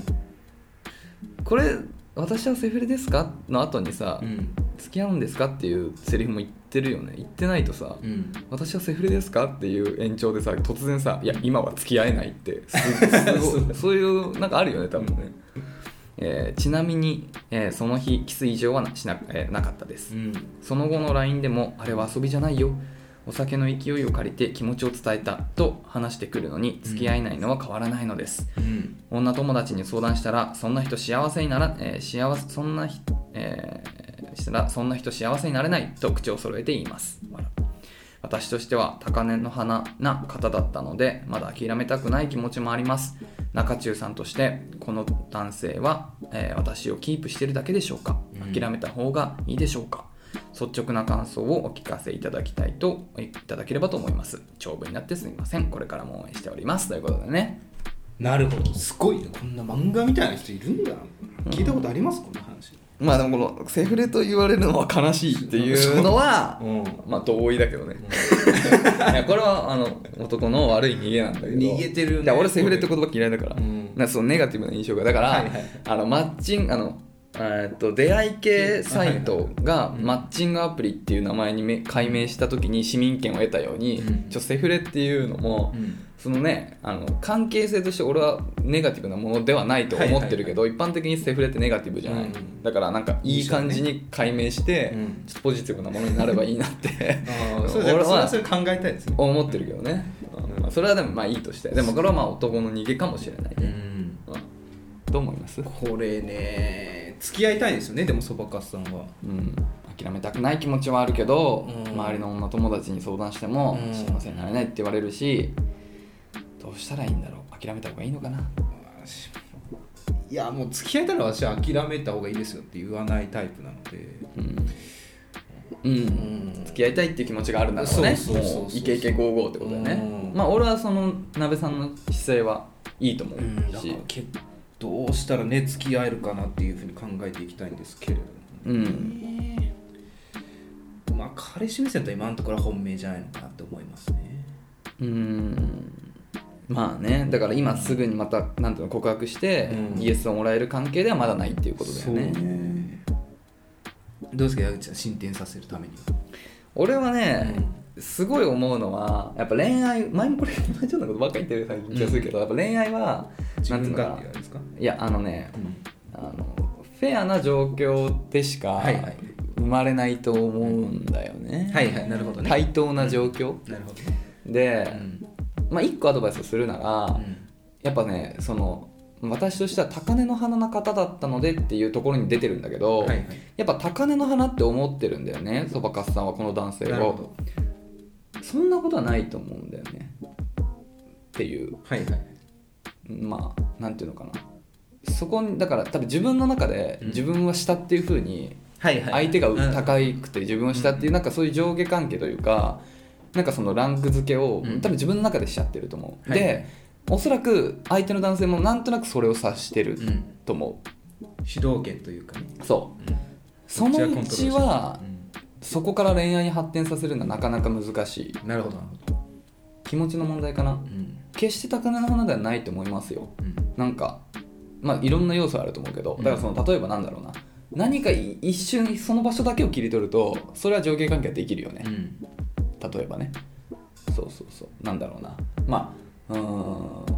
これ「私はセフレですか?」の後にさ
うん
「付き合うんですか?」っていうセリフも言ってるよね言ってないとさ
うん
「私はセフレですか?」っていう延長でさ突然さ「いや今は付き合えない」ってす [LAUGHS] すごいそういうなんかあるよね多分ね、えーちなみに、えーその日キス以上はなしな,、えーなかったです
うん
その後の LINE でも「あれは遊びじゃないよ」お酒の勢いを借りて気持ちを伝えたと話してくるのに付き合えないのは変わらないのです、
うん
女友達に相談したらそんな人幸せになら、えー幸せそんな人、えーしたらそんな人幸せになれないと口を揃えて言います笑私としては高嶺の花な方だったのでまだ諦めたくない気持ちもあります中中さんとしてこの男性は、えー私をキープしてるだけでしょうか
うん
諦めた方がいいでしょうか、率直な感想をお聞かせいただきたいといただければと思います長文になってすみませんこれからも応援しておりますということでね
なるほどすごいねこんな漫画みたいな人いるんだ聞いたことありますこんな話
まあでもこのセフレと言われるのは悲しいって [LAUGHS] いうのは
うん
まあ同意だけどね [LAUGHS] いやこれはあの男の悪い逃げなんだけど
逃げてるよね
いや俺セフレって言葉嫌いだから、
うん
なんかそのネガティブな印象がだから、
はいはい
あのマッチングあのえーっと出会い系サイトが
いはい
マッチングアプリっていう名前にめ改名した時に市民権を得たように、
うん
ちょセフレっていうのも、
うん
そのねあの関係性として俺はネガティブなものではないと思ってるけど、一般的にセフレってネガティブじゃない、
うんうん
だからなんかいい感じに解明して、
うん
ちょっとポジティブなものになればいいなって
[LAUGHS] ああそれ
俺
それは
は
それ考えたいですね
思ってるけどね、うんまあそれはでもまあいいとしてでもこれはまあ男の逃げかもしれないね、
ん
うんどう思います、う
これね付き合いたいんですよねでもそばかすさんは
ん、諦めたくない気持ちはあるけど、
うん
周りの女友達に相談しても
うん
幸せになれないって言われるしどうしたらいいんだろう諦めた方がいいのかない
やもう付き合えたら私は諦めた方がいいですよって言わないタイプなので
うん、うん
ん
付き合いたいっていう気持ちがあるんだろうね
そうそうそうそう
もうイケイケゴーゴーってことだよね
うん
まあ俺はそのなべさんの姿勢はいいと思う
うんだから
し、
結どうしたらね付き合えるかなっていうふうに考えていきたいんですけれども、
うん
まあ彼氏目線と今のところは本命じゃないのかなって思いますね
うんまあねだから今すぐにまたなんていうの告白して、
うん
イエスをもらえる関係ではまだないっていうことだよ
そう
ね
ねどうですか矢口さん進展させるためには
俺はね、すごい思うのはやっぱ恋愛前もこれ同じようなことばっか言ってる最近気がするけど、やっぱ恋愛は
自
なんてい
分
うの
がって
かな
いうあれですか、
いやあのね
うん
あのフェアな状況でしか
はいはい
生まれないと思うんだよね、
はいはいなるほどね
対等な状況、
なるほどね
で、
うん
まあ一個アドバイスをするなら、
うん
やっぱねその私としては高嶺の花の方だったのでっていうところに出てるんだけど、
はいはい
やっぱ高嶺の花って思ってるんだよねそばかすさんはこの男性
なるほ
を
ど
そんなことはないと思うんだよねっていう
はいはい
まあなんていうのかなそこにだから多分自分の中で
うん
自分は下っていうふうに
はいはい
相手が
うん
高くて自分は下っていうなんかそういう上下関係というかなんかそのランク付けを
うん
多分自分の中でしちゃってると思う、
はい
でおそらく相手の男性もなんとなくそれを察してる
うん
と思
主導権というかね
うそうそのうちは
う
そこから恋愛に発展させるのはなかなか難しい
んなるほどなるほど
気持ちの問題か
う
な
ん
決して高嶺の花ではないと思いますよ
うん
なんかまあいろんな要素あると思うけどだからその例えばなんだろうな何かい一瞬その場所だけを切り取るとそれは上下関係はできるよね
うん
例えばねそうそうそうなんだろうなまあうーん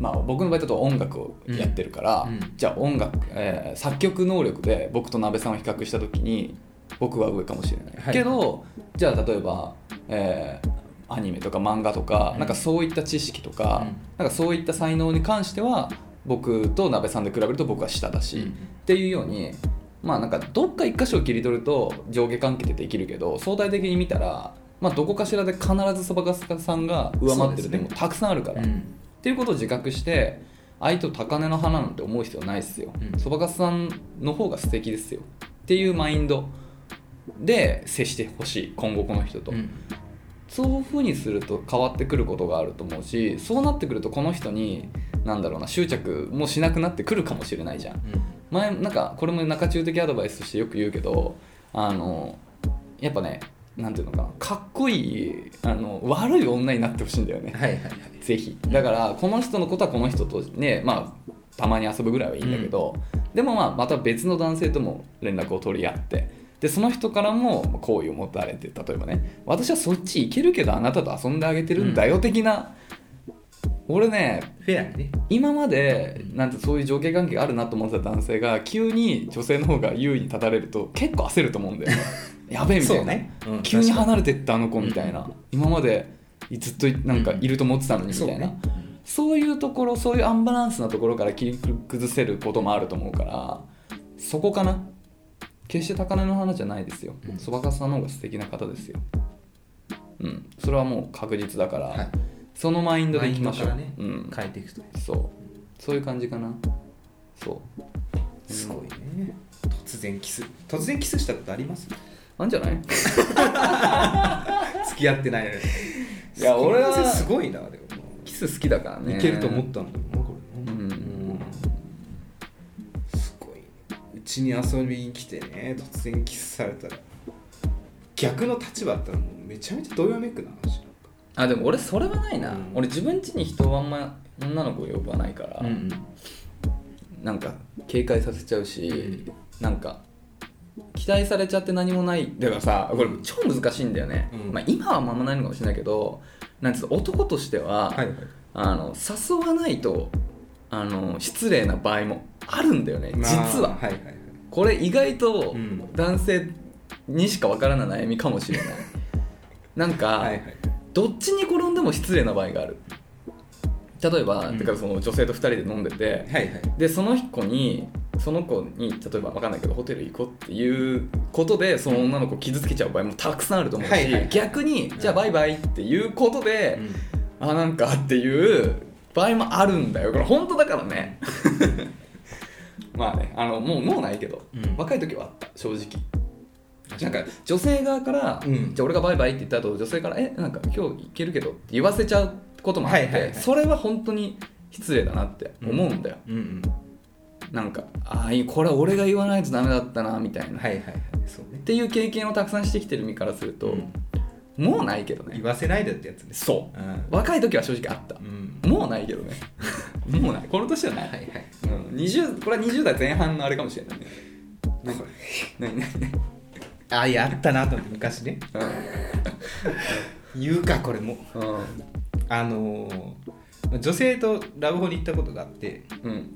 まあ僕の場合だと音楽をやってるから、
うんうん
じゃあ音楽、えー作曲能力で僕と鍋さんを比較した時に僕は上かもしれない、
はい
けどじゃあ例えば、えーアニメとか漫画とか、
うん
なんかそういった知識と
う
か
ん、
なんかそういった才能に関しては僕と鍋さんで比べると僕は下だし、
うん
っていうようにまあなんかどっか一箇所を切り取ると上下関係ってできるけど相対的に見たら、まあ、どこかしらで必ずそばかすさんが上回ってるでも
そうですね
たくさんあるから、
う
っ
ん
ていうことを自覚して相手を高嶺の花なんて思う必要ないっすよ
うん
そばかすさんの方が素敵ですよっていうマインドで接してほしい今後この人と、
うん
そういうふうにすると変わってくることがあると思うしそうなってくるとこの人になんだろうな執着もしなくなってくるかもしれないじゃん前なんかこれも中中的アドバイスとしてよく言うけどあのやっぱねなんていうのかなかっこいいあの悪い女になってほしいんだよ
うん
ね [LAUGHS]
はいはいはい
ぜひだからこの人のことはこの人とねまあたまに遊ぶぐらいはいいんだけど、でもまあまた別の男性とも連絡を取り合ってでその人からも好意を持たれて例えばね私はそっち行けるけどあなたと遊んであげてるんだよ的な、俺ね
フェアにね
今までなんてそういう情景関係があるなと思ってた男性が急に女性の方が優位に立たれると結構焦ると思うんだよ
[LAUGHS]
やべえみたいな、
そうねうん
急に離れてったあの子みたいな、今までずっとなんかいると思ってたのにみたいな、
うん
そういうところそういうアンバランスなところから切り崩せることもあると思うからそこかな決して高嶺の花じゃないですよ
うん
そばかすさんの方が素敵な方ですようんそれはもう確実だから、
はい
そのマインドでいきましょう、
マインドから
う
ね
ん、
変えていくと
そうそういう感じかなそう
すごいね突然キス突然キスしたことあります
なんじ
[LAUGHS]
ゃない
付き合ってないのに
いや俺は
それすごいなでも
キス好きだからね
いけると思ったんだよなこれ
うん
すごいねうちに遊びに来てね突然キスされたら逆の立場だったらもうめちゃめちゃどよめくな話
あでも俺それはないな、
うん
俺自分家に人をあんま女の子呼ばないから、
なんか
なんか警戒させちゃうし、
うん
なんか期待されちゃって何もないだからさこれ超難しいんだよね、
うん
まあ、今はあんまないのかもしれないけどなんつうの男としては、
はいはい
あの誘わないとあの失礼な場合もあるんだよね
まあ
実は、
はいはいはい
これ意外と
うん
男性にしかわからない悩みかもしれないなんか、
はいはい
どっちに転んでも失礼な場合がある例えば、
うん
てかその女性と2人で飲んでて
はいはい
でその子にその子に例えば分かんないけどホテル行こうっていうことでその女の子を傷つけちゃう場合もたくさんあると思うし、
はいはいはい
逆にじゃあバイバイっていうことで、あなんかっていう場合もあるんだよこれ本当だからね [LAUGHS] まあねあのもうもうないけど、
うん
若い時はあった正直なんか女性側から、
うん
じゃあ俺がバイバイって言った後女性から「えなんか今日行けるけど」って言わせちゃうこともあって、
はいはいはい
それは本当に失礼だなって思うんだよ、
うんうん
なんかああいいこれは俺が言わないとダメだったなみたいな、
はいはいはいそうね
っていう経験をたくさんしてきてる身からすると、
うん
もうないけどね
言わせないでってやつです
そう
うんうん
若い時は正直あった、もうないけどね [LAUGHS] もうないこの年はない、
はいはい
うん、20これは20代前半のあれかもしれないね
なんか
何何何
あいやあったなと思って昔ね言うかこれも
うん
あのー女性とラブホに行ったことがあって
うん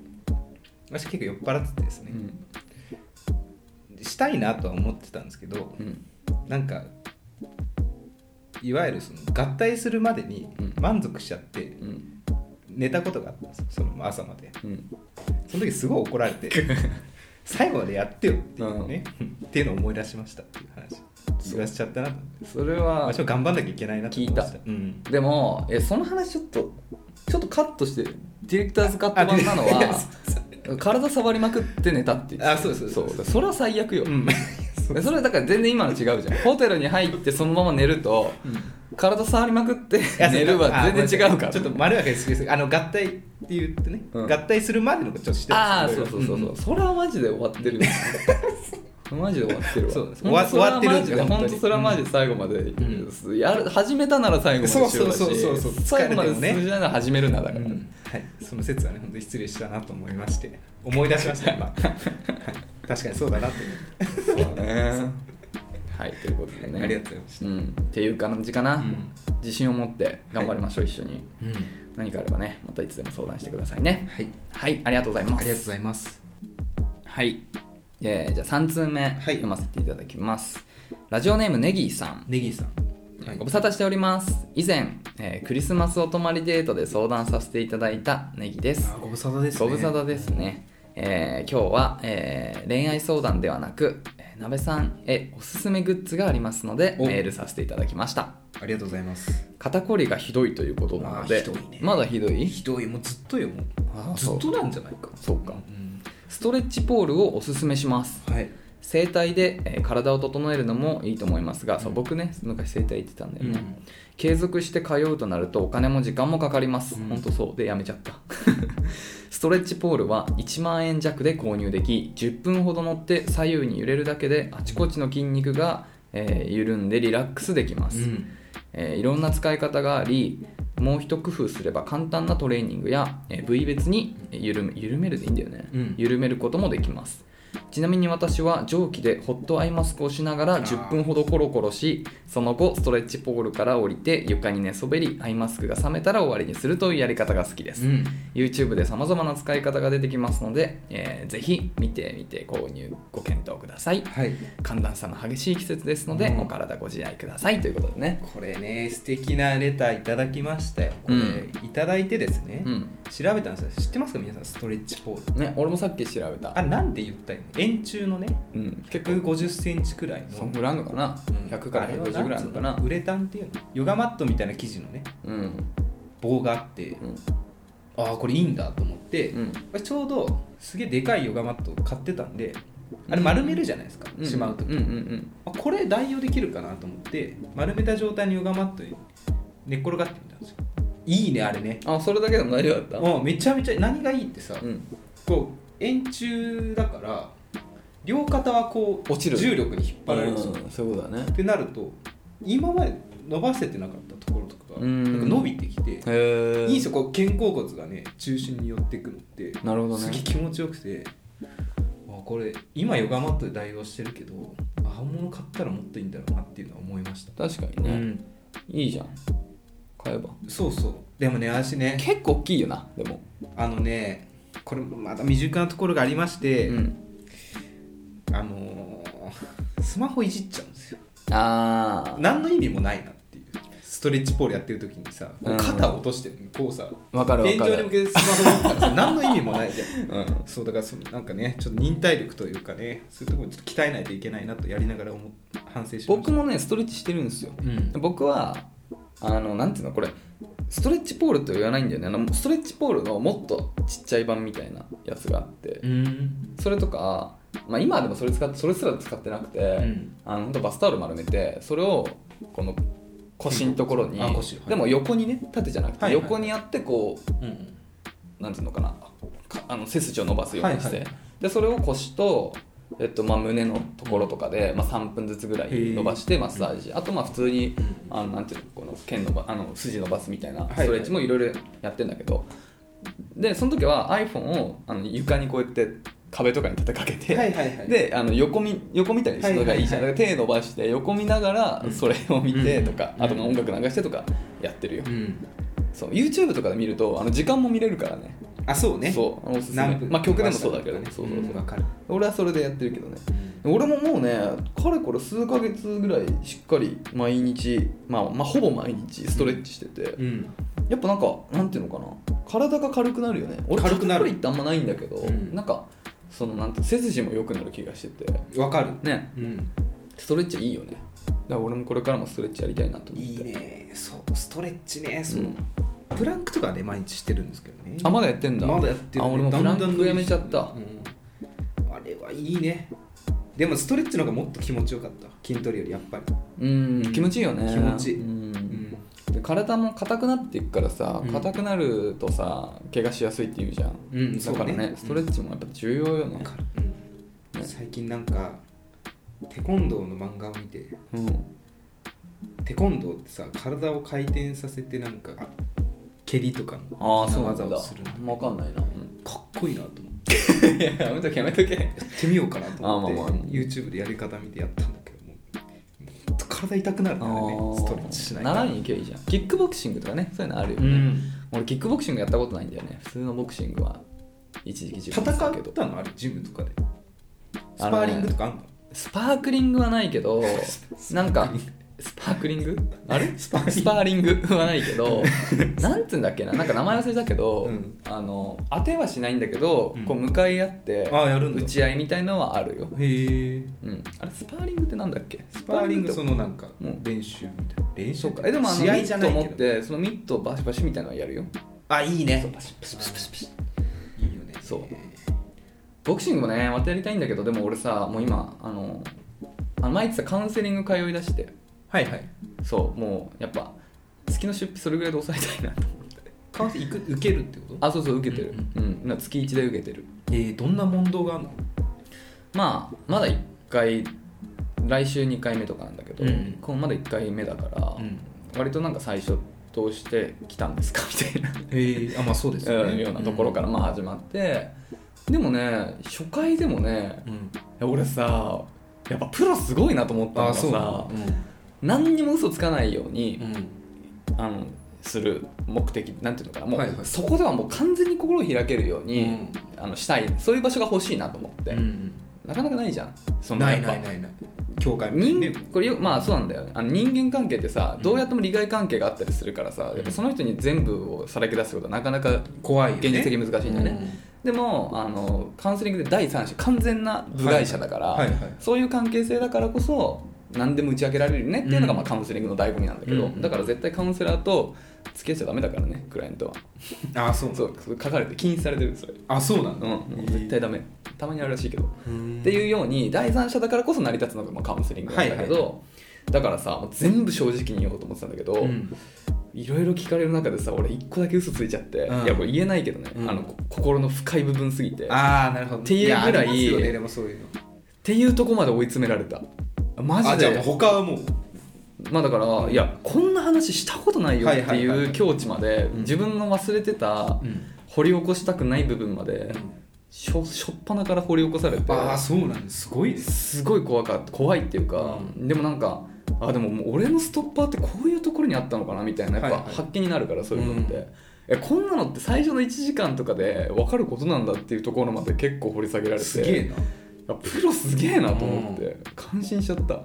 私結構酔っ払っててです
う
ね、
ん
したいなとは思ってたんですけど
うん
なんかいわゆるその合体するまでに
うん
満足しちゃって
うん
寝たことがあったんですよその朝まで
うん
その時すごい怒られ
[LAUGHS]
て最後までやってよっていうね、っていうのを思い出しましたっていう話
そう
言わしちゃったなと思って
それ
ま
は
あちょっと頑張んなきゃいけないなと思いました
聞い
うん
でもえその話ちょっとちょっとカットしてディレクターズカット版な
[LAUGHS]
の
あ
は
そうそう
体触りまくって寝たって言ってた
あそうです
そ
そううです
それは最悪よ、
うん
えそれはだから全然今の違うじゃんホテルに入ってそのまま寝ると体触りまくって
いや
[LAUGHS] 寝るは全然違うから
ちょっと丸分けすぎですあの合体って言ってね、
うん
合体するまでのことちょっとして
あ
た
あ
んです
そうそうそうそう、
ん
それはマジで終わっ
[LAUGHS]
てるよマジで終わってるわ
そうです
ほんとそれは
終わってる
マジ
本
で
当に
本当それはマジで最後まで、
う
やる始めたなら最後までしろだし
そうそうそうそうそう
最後まで
疲れてもね
数字なら始めるなだから、
うんはい、その説はね本当に失礼したなと思いまして思い出しま
[LAUGHS]
した今はい確かにそうだなと思って
そうだね [LAUGHS] はいということでね
ありがとうございまし
うん、っていう感じかな、
うん
自信を持って頑張りましょう、一緒に
うん
何かあればねまたいつでも相談してくださいね
はい
はいありがとうございます
ありがとうございます
はい、えーじゃあ3通目、読ませていただきますラジオネームネギーさん
ネギさん
えーご無沙汰しております以前、えークリスマスお泊まりデートで相談させていただいたネギです
あご無沙汰ですね
ご無沙汰ですね、えー今日は、えー恋愛相談ではなくえーなべさんへおすすめグッズがありますので
お
メールさせていただきました
ありがとうございます
肩こりがひどいということなので
あーひどいね
まだひどい
ひどいもうずっとよもう
あー
ず
そ
っ
う
となんじゃないか
そうか
うん
ストレッチポールをおすすめします
はい
整体で、えー体を整えるのもいいと思いますが、そう僕ね昔整体行ってたんだよね、
うん
継続して通うとなるとお金も時間もかかります、
うん
ほんとそうでやめちゃった [LAUGHS] ストレッチポールは1万円弱で購入でき10分ほど乗って左右に揺れるだけであちこちの筋肉が、えー緩んでリラックスできま
う
す、
ん
えーいろんな使い方がありもう一工夫すれば簡単なトレーニングや、えー部位別に緩め緩めるでいいんだよね、
うん
緩めることもできますちなみに私は蒸気でホットアイマスクをしなが
ー
ら10分ほどコロコロしその後ストレッチポールから降りて床に寝そべりアイマスクが冷めたら終わりにするというやり方が好きです、
うん
YouTube でさまざまな使い方が出てきますので、えーぜひ見てみて購入ご検討ください
はい
寒暖差の激しい季節ですので、
うん
お体ご自愛くださいということでね
これね素敵なレターいただきましたよこれ、
う
いただいてですね、
うん
調べたんですよ知ってますか皆さんストレッチポール
ね、俺もさっき調べた。
あなんで言ったよ円柱のね
うん、結構、
1 5 0ンチくらい
そん
の
ぐらいあるのかな、
うん
?100 から150ぐらいある
あ
のか
れはんつう
な
のウレタンっていうのヨガマットみたいな生地のね
うん。うん。
棒があって、ああこれいいんだと思って、
うん
私ちょうどすげえでかいヨガマットを買ってたんであれ丸めるじゃないですか、
うん
しまうと、
うんうんうん。
あこれ代用できるかなと思って丸めた状態のヨガマットに寝っ転がってみたんですよいいねあれね
あ、それだけでも大丈夫だっ
うんめちゃめちゃ何がいいってさ、
たうん。
こう円柱だから両肩はこう
落ちる
重力に引っ張られるんですよ、
うんそういうことだね
っ。てなると今まで伸ばせてなかったところとかが
うん
なんか伸びてきて
へ
いいんですよこう肩甲骨がね中心に寄ってくのって
なるほど
すげえ
ね。
気持ちよくてあこれ今ヨガマットで代用してるけどあ本物買ったらもっといいんだろうなっていうのは思いました、
確かにね、いいじゃん。買えば。
そうそうでもね私ね
結構大きいよな、でも。
あのねこれまだ未熟なところがありまして、
うん。
あのースマホいじっちゃうんですよ
あー
何の意味もないなっていうストレッチポールやってる時にさこう肩を落としてるのにこうさ、
わかるわ
天井
か
に向
る。
けてスマホ持っ
[LAUGHS]
たらさ何の意味もないじゃん
うん。
そうだからそのなんかねちょっと忍耐力というかねそういうところにちょっと鍛えないといけないなとやりながら思っ反省しました
僕もね、ストレッチしてるんですよ。
うん
僕はあのなんていうのこれストレッチポールとは言わないんだよねあのストレッチポールのもっとちっちゃい版みたいなやつがあって
うん
それとか、まあ、今でもそれ使ってそれすら使ってなくて、
ん
あのほんとバスタオル丸めてそれをこの腰のところに
あ腰はい
でも横にね縦じゃなく
は
て
いはい
横にやってこう
うん
なんていうのかなかあの背筋を伸ばすようにして、
はいは
でそれを腰と、えっとまあ、胸のところとかで、まあ、3分ずつぐらい伸ばしてマッサージ、あとまあ普通にあのなんていうのこの腱のばあの筋伸ばすみたいな
はい
ストレッチもいろいろやってんだけど、でその時は iPhone をあの床にこうやって壁とかに立てかけて、
はいはいはい
であの横見横見たりするのがいいじゃん、
はいはいはい
だから手伸ばして横見ながらそれを見てとか、
うん
あとまあ音楽流してとかやってるよ、
うん
そう YouTube とかで見るとあの時間も見れるからね
あそうね
そうおすすめ
何分
まあ曲でもそうだけどね
そ
そうう
そ
そう
そ
うそう
うわかる
俺はそれでやってるけどね俺ももうねかれこれ数ヶ月ぐらいしっかり毎日、まあ、まあほぼ毎日ストレッチしてて、
うん
やっぱなんかなんていうのかな体が軽くなるよね俺
軽くなる
肩こりってあんまないんだけど、
うん
なんかそのなんて背筋も良くなる気がしてて
わかる
ね
うん
ストレッチいいよねだから俺もこれからもストレッチやりたいなと思って
いいねそうストレッチねそううんプランクとかはね毎日してるんですけどね
あまだやってんだ
まだやってる、
あ俺も
だん
プ
だ
ラ
ん
ンクやめちゃった、
うんあれはいいねでもストレッチの方がもっと気持ちよかった筋トレよりやっぱり、
うん気持ちいいよね
気持ちいい
うん
うん
で体も硬くなっていくからさ
うん
硬くなるとさ怪我しやすいって言うじゃん、
うんそ
だ
うね
からねストレッチもやっぱ重要よね
わかるうん
ね
最近なんかテコンドーの漫画を見て
うん、
テコンドーってさ体を回転させてなんかあ蹴りとかの
ああそうなんだ
技をするんだ
あんま分かんないな、うん
かっこ [LAUGHS] いいなと思って
いややめとけやめとけ
やってみようかなと思って
あまあまあ
YouTube でやり方見てやったんだけどもうもう体痛くなるからねストレッチしないと
習いに行けばいいじゃんキックボクシングとかねそういうのあるよ
う
ね、
ん
俺キックボクシングやったことないんだよね普通のボクシングは一時期
戦
だ
っ
けど
たのあれジムとかでスパーリングとかあんの
スパークリングはないけ
[LAUGHS]
どなんかスパークリングあれ
スパーリング
スパーリングはない
[LAUGHS]
けどなんつうんだっけななんか名前忘れたけど、
うん
あの当てはしないんだけど、
うん
こう向かい合って
あやるんだ
打ち合いみたいのはあるよ、
へえ
うん、あれスパーリングってなんだっけ
スパーリングそ
と
のなんか
もう
練習みたいな練習
そうかえでもあのミ
試合じゃ
ッ
な
ト
い
持っ
けど
てそのミットをバシバシみたいなのはやるよ
あいいね
バシバシバシバシバシ
いいよね
そうボクシングもねまたやりたいんだけどでも俺さもう今あのあの前言ってたカウンセリング通いだして
はいはい
そうもうやっぱ月の出費それぐらいで抑えたいなと思って
カウンセリング受けるってこと
あそうそう受けてるうん、今月1で受けてる
えー、どんな問答があるの
まあまだ1回来週2回目とかなんだけど、
うん
こうまだ1回目だから、
うん
割となんか最初どうして来たんですかみたいな
ええあまあそうですよ
うん
ね
ようなところからまあ始まって、でもね初回でもね
うん、うん、
いや俺さやっぱプロすごいなと思ったの
あ
が
そう
さ何にも嘘つかないように、
うん、うん、
あのする目的なんていうのかなもう、
はいはい
そこではもう完全に心を開けるように、
うん
あのしたいそういう場所が欲しいなと思って、
うん
なかなかないじゃんそ
ない
やっぱ
ないないない教会
人
ね
これよまあそうなんだよねあの人間関係ってさ
ん
どうやっても利害関係があったりするからさ、やっぱその人に全部をさらけ出すことはなかなか
怖いよね
現実的に難しいんだよねでもあのカウンセリングで第三者完全な部外者だから、
はいはいはい
そういう関係性だからこそ何でも打ち明けられるよねっていうのが、
うん
まあ、カウンセリングの醍醐味なんだけど、
うん
だから絶対カウンセラーと付き合っちゃダメだからねクライアントは
うん、あそう
そう書かれて禁止されてるそれ
あそうなん
う
だ、
んもう絶対ダメたまにあるらしいけど、
うん
っていうように第三者だからこそ成り立つのがまあカウンセリングなんだけど、
はい
だからさもう全部正直に言おうと思ってたんだけど、
うん
いろいろ聞かれる中でさ俺一個だけ嘘ついちゃって、
うん
いやこれ言えないけどね、
うん
あのこ心の深い部分すぎて
ああなるほど
っていうぐらい
やありますよねでもそういうの
っていうとこまで追い詰められたマ
あ
ジ
じゃあも
で
う他はもう
まあだからいやこんな話したことないよって
はいはいはい
い
は
う
い
境地まで
うん
自分が忘れてた
うん
掘り起こしたくない部分までしょしょっぱなから掘り起こされて
ああそうなんですすごいです
すごい怖かった怖いっていうかでもなんかあでももう俺のストッパーってこういうところにあったのかなみたいなやっぱ
はいはい
発見になるからそういうのっ
う
て。えこんなのって最初の1時間とかで分かることなんだっていうところまで結構掘り下げられて
すげえ
あプロすげえなと思って感心しちゃった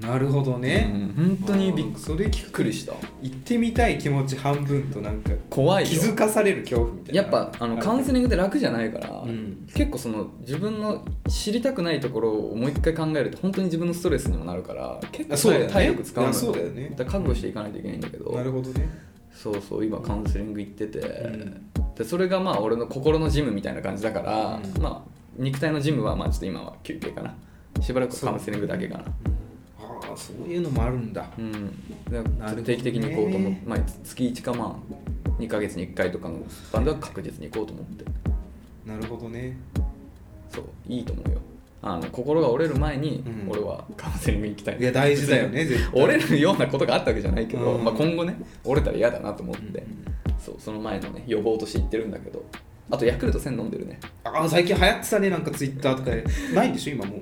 ななるほどね、
うん本当にびっ
それ聞
く
く
りした
行ってみたい気持ち半分となんか
怖いよ
気づかされる恐怖みたいな
やっぱあのカウンセリングって楽じゃないから、
うん
結構その自分の知りたくないところをもう一回考えると本当に自分のストレスにもなるから結構
あそうだよね
体力使うの
いやそうだよね
から覚悟していかないといけないんだけど,、
なるほどね
そうそう今カウンセリング行ってて、
ん
でそれがまあ俺の心のジムみたいな感じだから、
うん
まあ肉体のジムはまあちょっと今は休憩かなしばらくカウンセリングだけかな
ああそういうのもあるんだ
うん、でちょ
なるほ
っと
ど
定期的に行こうと思って、
ね
まあ、月1かまあ2ヶ月に1回とかのバンドは確実に行こうと思って
なるほどね
そういいと思うよあの心が折れる前に
うん
俺はカウンセリング行きたい、
いや大事だよね絶対
[LAUGHS] 折れるようなことがあったわけじゃないけど、
うん
まあ、今後ね折れたら嫌だなと思って、
うん
そうその前のね予防として言ってるんだけどあとヤクルト1000飲んでるね
あ最近流行ってたねなんかツイッターとかでないんでしょ今もう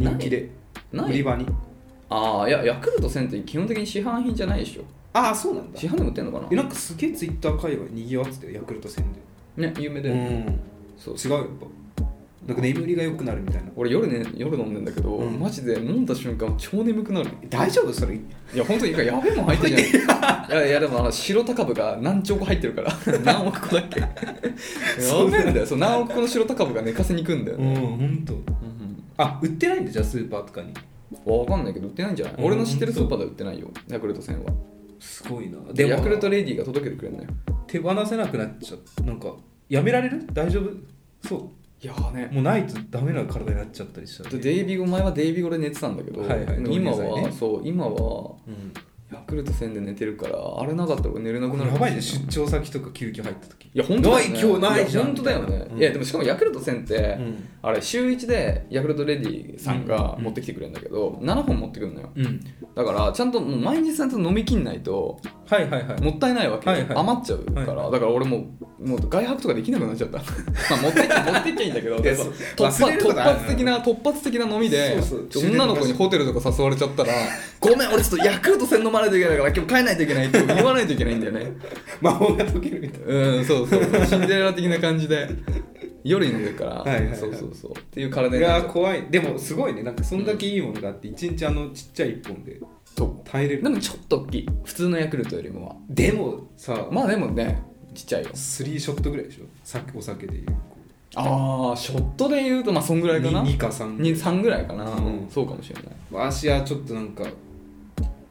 人気で
ない
売り場に
ああいやヤクルト1000って基本的に市販品じゃないでしょ
ああそうなんだ
市販でも売ってんのか
えなんかすげえツイッター界隈にぎわってたよヤクルト戦
なね有名
で
だ
う
よね、
ん
そう
違うやっぱなんか眠りが良くなるみたいな
俺夜ね夜飲んでんだけど、
うん
マジで飲んだ瞬間超眠くなる
大丈夫それ
いや本当にやべえもん入ってるじゃんいやいやでもあの白高部が何兆個入ってるから [LAUGHS] 何億個だっけやべえんだよそう何億個の白高部が寝かせに行くんだよ
う
ね、
ん本当。あ売ってないんだじゃあスーパーとかに
わかんないけど売ってないんじゃない、
うん
俺の知ってるスーパーでは売ってないよヤクルト1000は
すごいなで
で
も
ヤクルトレディが届けてくれるのよ
手放せなくなっちゃったなんかやめられる大丈夫そ
いやーね
うもうないとダメな体になっちゃったりしたら
で
ね
デイビー前はデイビー語で寝てたんだけど、
はいはい
今
同年代
は、
ね
そう今は
うん
ヤクルト1000で寝てるからあれなかったら俺寝れなくなる
やばいね
い
出張先とか急遽入った時
や本当だよ、ね、
ない今日ないじゃん
や本当だよね、
うん
いやでもしかもヤクルト1000って、
ん
あれ週1でヤクルトレディさんが持ってきてくれるんだけど、7本持ってくるのよ
うん
だからちゃんともう毎日ちゃんと飲みきんないと
はいはいはい
もったいないわけ、
はいはい
余っちゃうから、
はいは
だから俺もうもう外泊とかできなくなっちゃった [LAUGHS] まあ持ってっちゃ持ってっちゃいいんだけど
いや
そう
そう忘
突
れ
発
ること
突
ある
発的な突発的な飲みで
そうそう
女の子にホテルとか誘われちゃったら「 [LAUGHS] ごめん俺ちょっとヤクルト1000飲まないといけないから今日帰んないといけない」って言わないといけないんだよね
魔法が解けるみたい
うんそうそうシンデレラ的な感じで夜に飲んでるから
はいはいはい
そうそうそうっていう体
ない
にな
や
っちゃ
ー
う
怖いでもすごいねなんかそんだけいいものがあって一日あのちっちゃい一本で
そう
耐えれ
で
る
もちょっと大きい普通のヤクルトよりもは
でもさ
まあでもねちっちゃいよ
スリーショットぐらいでしょさっきお酒でいう
ああショットで言うとまあそんぐらいかな
2か3
23ぐらいかな、
うん
そうかもしれない
足はちょっとなんか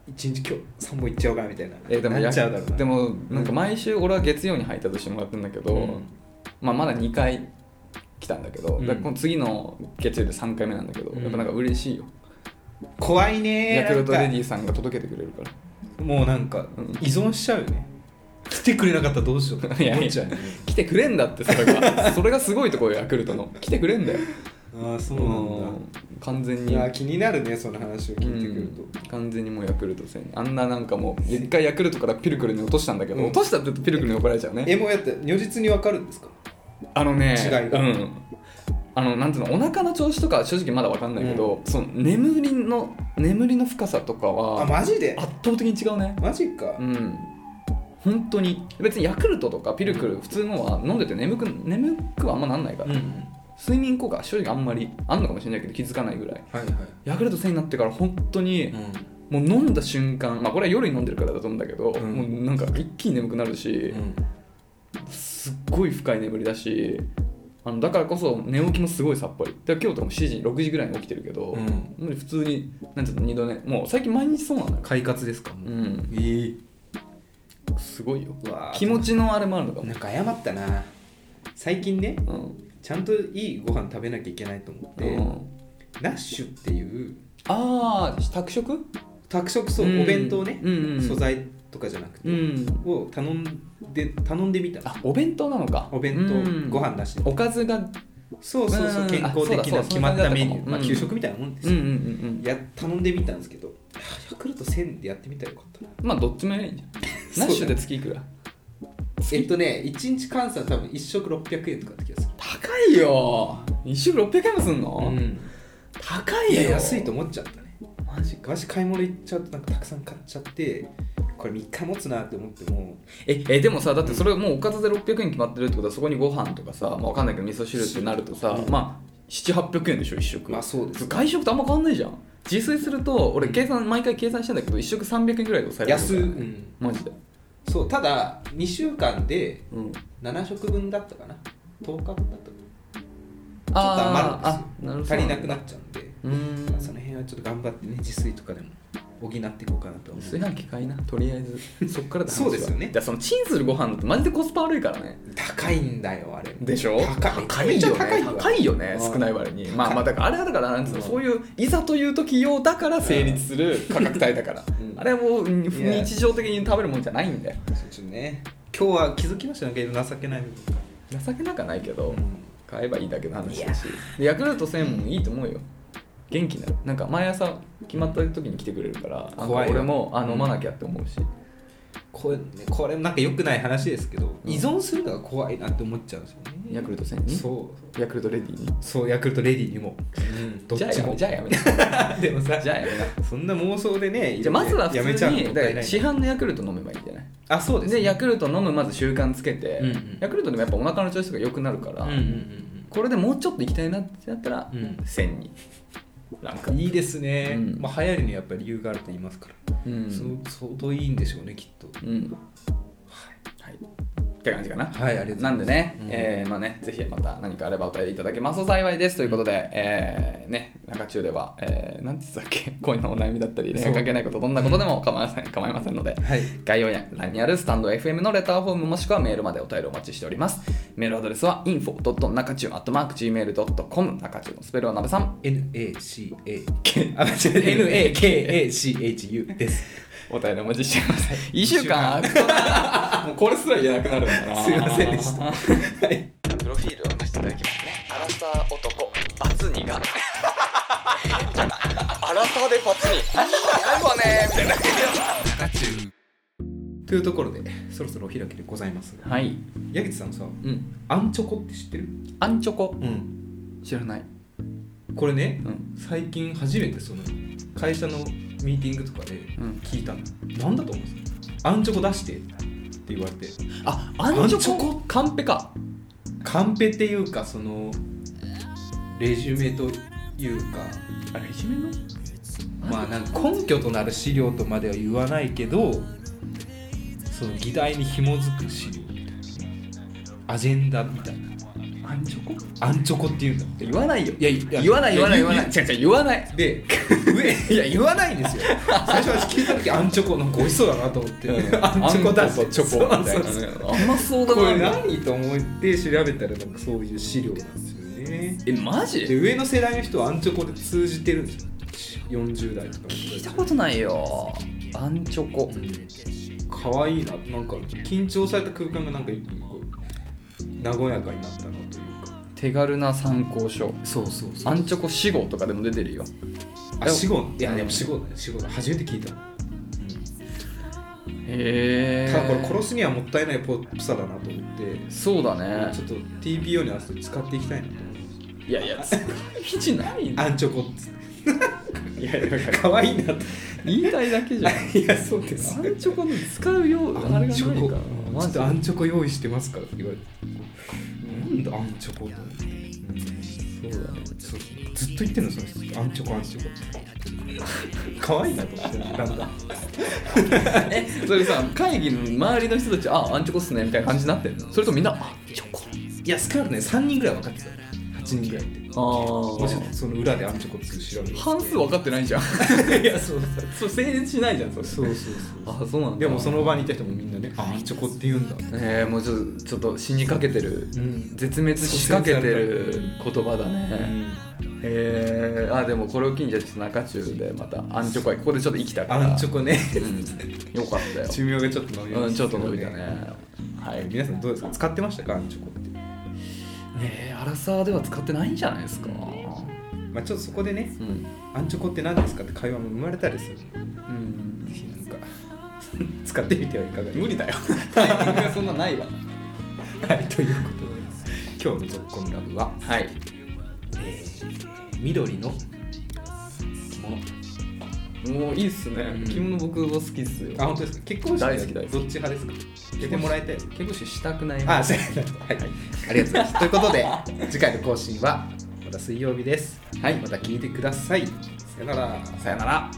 一日今日3本いっちゃおうかなみたいな
えでも
な
や
っちゃうだろうな
でもなんか毎週俺は月曜に配達してもらってるんだけど、
うん
まあ、まだ2回来たんだけど、
うん
だからこの次の月曜で3回目なんだけど、
うん
やっぱなんか嬉しいよ、
怖いねー
ヤクルトレデ
なん
ィーさんが届けてくれるから
かもうなんか
うん
依存しちゃうよね来てくれなかったらどうしようとか
[LAUGHS] いやいや
思っちゃうよね
来てくれんだってそれがそれがすごいところよヤクルトの来てくれんだよ
ああそうなんだ
うん完全
い
に
やー気になるねその話を聞いてくると、
うん完全にもうヤクルト戦あんななんかもう一回ヤクルトからピルクルに落としたんだけど、
うん
落としたって言うとピルクルに怒られちゃうね
えもうやって如実にわかるんですか
あのね
違いが
うんあのなんていうのお腹の調子とかは正直まだ分かんないけど、その眠りの眠りの深さとかは
あマジで
圧倒的に違うね
マジか
うん本当に別にヤクルトとかピルクル普通のは飲んでて眠く眠くはあんまなんないから、
ん
睡眠効果は正直あんまりあんのかもしれないけど気づかないぐらい
はいは
ヤクルト1000になってから本当に、
い、
もう飲んだ瞬間、まあ、これは夜に飲んでるからだと思うんだけど、
うん
もうなんか一気に眠くなるし、すっごい深い眠りだしあのだからこそ寝起きもすごいさっぱりで今日とかも7時6時ぐらいに起きてるけど、
うん
もう普通になんていうの二度寝もう最近毎日そうなのよ、
快活ですか
う
も
ん、
えー
すごいよ
うわー
気持ちのあれもあるのかも
なんか謝ったな最近ね
うん
ちゃんといいご飯食べなきゃいけないと思って、
うん
ナッシュっていう
ああ宅食
宅食そう、
うん
お弁当ね、
うんうんうん
素材とかじゃなくて、
うん
を頼んで頼んでみたの
あお弁当なのか
お弁当、
うん
ご飯なしで
おかずが
そうそうそううん健康
あそうだ
的
そう
な
だ
決まったメニ
そんな
ュー、まあ、
感じだったかもうん
給食みたいなもんです
うん
よ
うんうんうん
や頼んでみたんですけどあヤクルト1000でやってみたらよかったな
まあどっちもいいんじゃ
そう
ん
だ
ナッシュで月いくら
えっとね1日換算多分1食600円とかって気がする
高いよ1食600円もすんの、
ん
高い
い
よ
や安いと思っちゃったね
マジか
昔買い物行っちゃうとなんかたくさん買っちゃってこれ3日持つなって思っても
ええでもさだってそれもうおかずで600円決まってるってことはそこにご飯とかさ、まあ、わかんないけど味噌汁ってなるとさ、
うん
まあ7800円でしょ1食、
まあそうです
外食とあんま変わんないじゃん自炊すると俺計算毎回計算してんだけど1食300円ぐらいで抑えられ
安、
る
う
からね
ん、
マジで
そうただ2週間で
うん
7食分だったかな10日分だったかなちょっ
あー
と余るん
あ
ですよ足りなくなっちゃうんで、
うーん
まあ、その辺はちょっと頑張ってね自炊とかでも補っていこうかなと思
炊
う
飯器買いなとりあえ
[LAUGHS]
ずそっからだ話は
そうですよね
だからそのチンするご飯だってマジでコスパ悪いからね
高いんだよあれ
でしょ
高い
高
め
い
ちゃ
よ
め
ね
ちゃ高いわ
高いよね
うん
少ない割に
高い
まあまあだからあれはだからなんつうの
うん
そういういざという時用だから成立する価格帯だから
うん
あれはもううん
いや
日常的に食べるもんじゃないんだよ
ちょっとね今日は気づきましたね情けない部分
情けなくはないけど、
うん
買えばいいだけの話だしでヤクルト1000もいいと思うよ元気になるなんか毎朝決まった時に来てくれるからなんか
怖いよ
俺もあ飲まなきゃって思うし、
これこれなんか良くない話ですけど、依存するのが怖いなって思っちゃうんですよね
ヤクルト1000に
そう
ヤクルトレディに
そうヤクルトレディにも、うん、どっ
じゃあ
ち
やめ
も
じゃあやめな
[LAUGHS] でもさ
じゃあやめな
そんな妄想でね
じゃあまずは
や
普
めちゃ
通
うの
に
もっ
だ
た
か
いな
ら
い
市販のヤクルト飲めばいいんじゃない
あそうです、ね、
でヤクルト飲むまず習慣つけて、
うんうん
ヤクルトでもやっぱお腹の調子が良くなるから、
うんうんうん
これでもうちょっと行きたいなってなったら、
うん
1000になんか
うんいいですね、
うん
まあ、流行るにはやっぱり理由があると言いますから、
うん
そう相当いいんでしょうねきっと
うんはい、って感じかな。
はいありがとうございます
なんでね、
うん
えーまあね、ぜひまた何かあればお便りいただけますと幸いですということで、えーね、中中では、えー、なんて言ってたっけ、 [LAUGHS] 恋のお悩みだったり、恋愛関係ないこと、どんなことでも構いません、構いませんので、
はい
概要欄にあるスタンド FM のレターフォームもしくはメールまでお便りお待ちしております。メールアドレスは info.nakachun.gmail.com、中中のスペルはなべさん。
NACA あ違う NAKACHU です
お便りお待ちして [LAUGHS] ます。1週間空くとな、もうこ [LAUGHS] れすら言えなくなるんだな。
すいませんでしたはい
プロフィールを出していただきますね。アラサー男、バツニが。アラサーでバツニ。やばねみたいな。
というところでそろそろお開きでございますが
はい。
矢口さんさ
うん。
アンチョコって知ってる
アンチョコ。
うん
知らない。
これね
うん。
最近初めてその会社のミーティングとかで
うん
聞いたの、なんだと思うんですかアンチョコ出してって言われて
あ、ア
ンチョコ
ンチョコ。カンペか。
カンペっていうかそのレジュメというか
あれ、いじめの。
まあなんか根拠となる資料とまでは言わないけどその議題に紐づく資料みたいなアジェンダみたいな
アンチョコ。
アンチョコっていうんだって
言わないよ。
いやいや
言わない、言わない、
い
言
や
わない。違う違う、言わない。
で上いや言わないんですよ最初は聞いた時アンチョコの美味しそうだなと思って、アンチョコ出して
チョコみたい
そうそうそう
な。甘そう
これ
だな。
何と思って調べたらなんかそういう資料なんですよね
え、マ
で
ジ。
上の世代の人はアンチョコで通じてるんですよ40代とか
聞いたことないよ。アンチョコ。
かわいいななんか緊張された空間がなんか一個和やかになったなというか
手軽な参考書。
そうそうそ
アンチョコ死号とかでも出てるよ
あ死後いやでも死後だよ死後だ初めて聞いた
へ
ただこれ殺すにはもったいないポップさだなと思って、
そうだね
ちょっと TPO に合わせて使っていきたいなと思って
いやいや使う必要ないんだ
アンチョコっつっ
[LAUGHS] いやいやいや
てかわいいなと
言いたいだけじゃん
いやそうです
アンチョコの使うようあれが
ア
ない
ン
か
チョコ
ら
ちょ
マ
っ
ジ
と
で
アンチョコ用意してますかって言われてなんだアンチョコと思って
そうだね
そうずっと言ってんのその人アンチョコアンチョコ可愛いなと思ってだんだん
えそれさ会議の周りの人たちあアンチョコっすねみたいな感じになってるのそれともみんなあチョコ
いや少なくね3人ぐらい分かってた8人ぐらいって
あ
もし
ー
その裏でアンチョコつく調べる
半数分かってないじゃん
[LAUGHS] いやそう
そう成立しないじゃんそれ
そうそうそう
あそうなんだ
でもその場にいた人もみんなねあアンチョコって言うんだ
えー、もうちょっとちょっと死にかけてる、
ん
絶滅しかけてる言葉だね、えー、あでもこれを機にじゃあちょっと中中でまたアンチョコ愛ここでちょっと生きたから
アンチョコね
うん、よかったよ、
寿命がちょっと伸びま
うん、
し
ちょ
た
っ
け
と
ど
伸びたねはい
皆さんどうですか使ってましたかアンチョコって
えー、アラサーでは使ってないんじゃないですか
まあちょっとそこでね
うん、
アンチョコって何ですかって会話も生まれたりするぜ
[LAUGHS] うん、
ひなんか [LAUGHS] 使ってみてはいかがですか
無理だよタイミングがそんな [LAUGHS] ないわ
[LAUGHS] はい、ということで今日の「ぞっこんラブは」
はい
えー緑の着物
もういいっすね、
うん
着物僕も好きっすよ
あ本当ですか結婚式
大好き大好き
どっち派ですか着てもらいたい
結婚式したくない
あそうなんだはい、ありがとうございますということで次回の更新はまた水曜日です
はい
また聞いてくださいさよなら
さよなら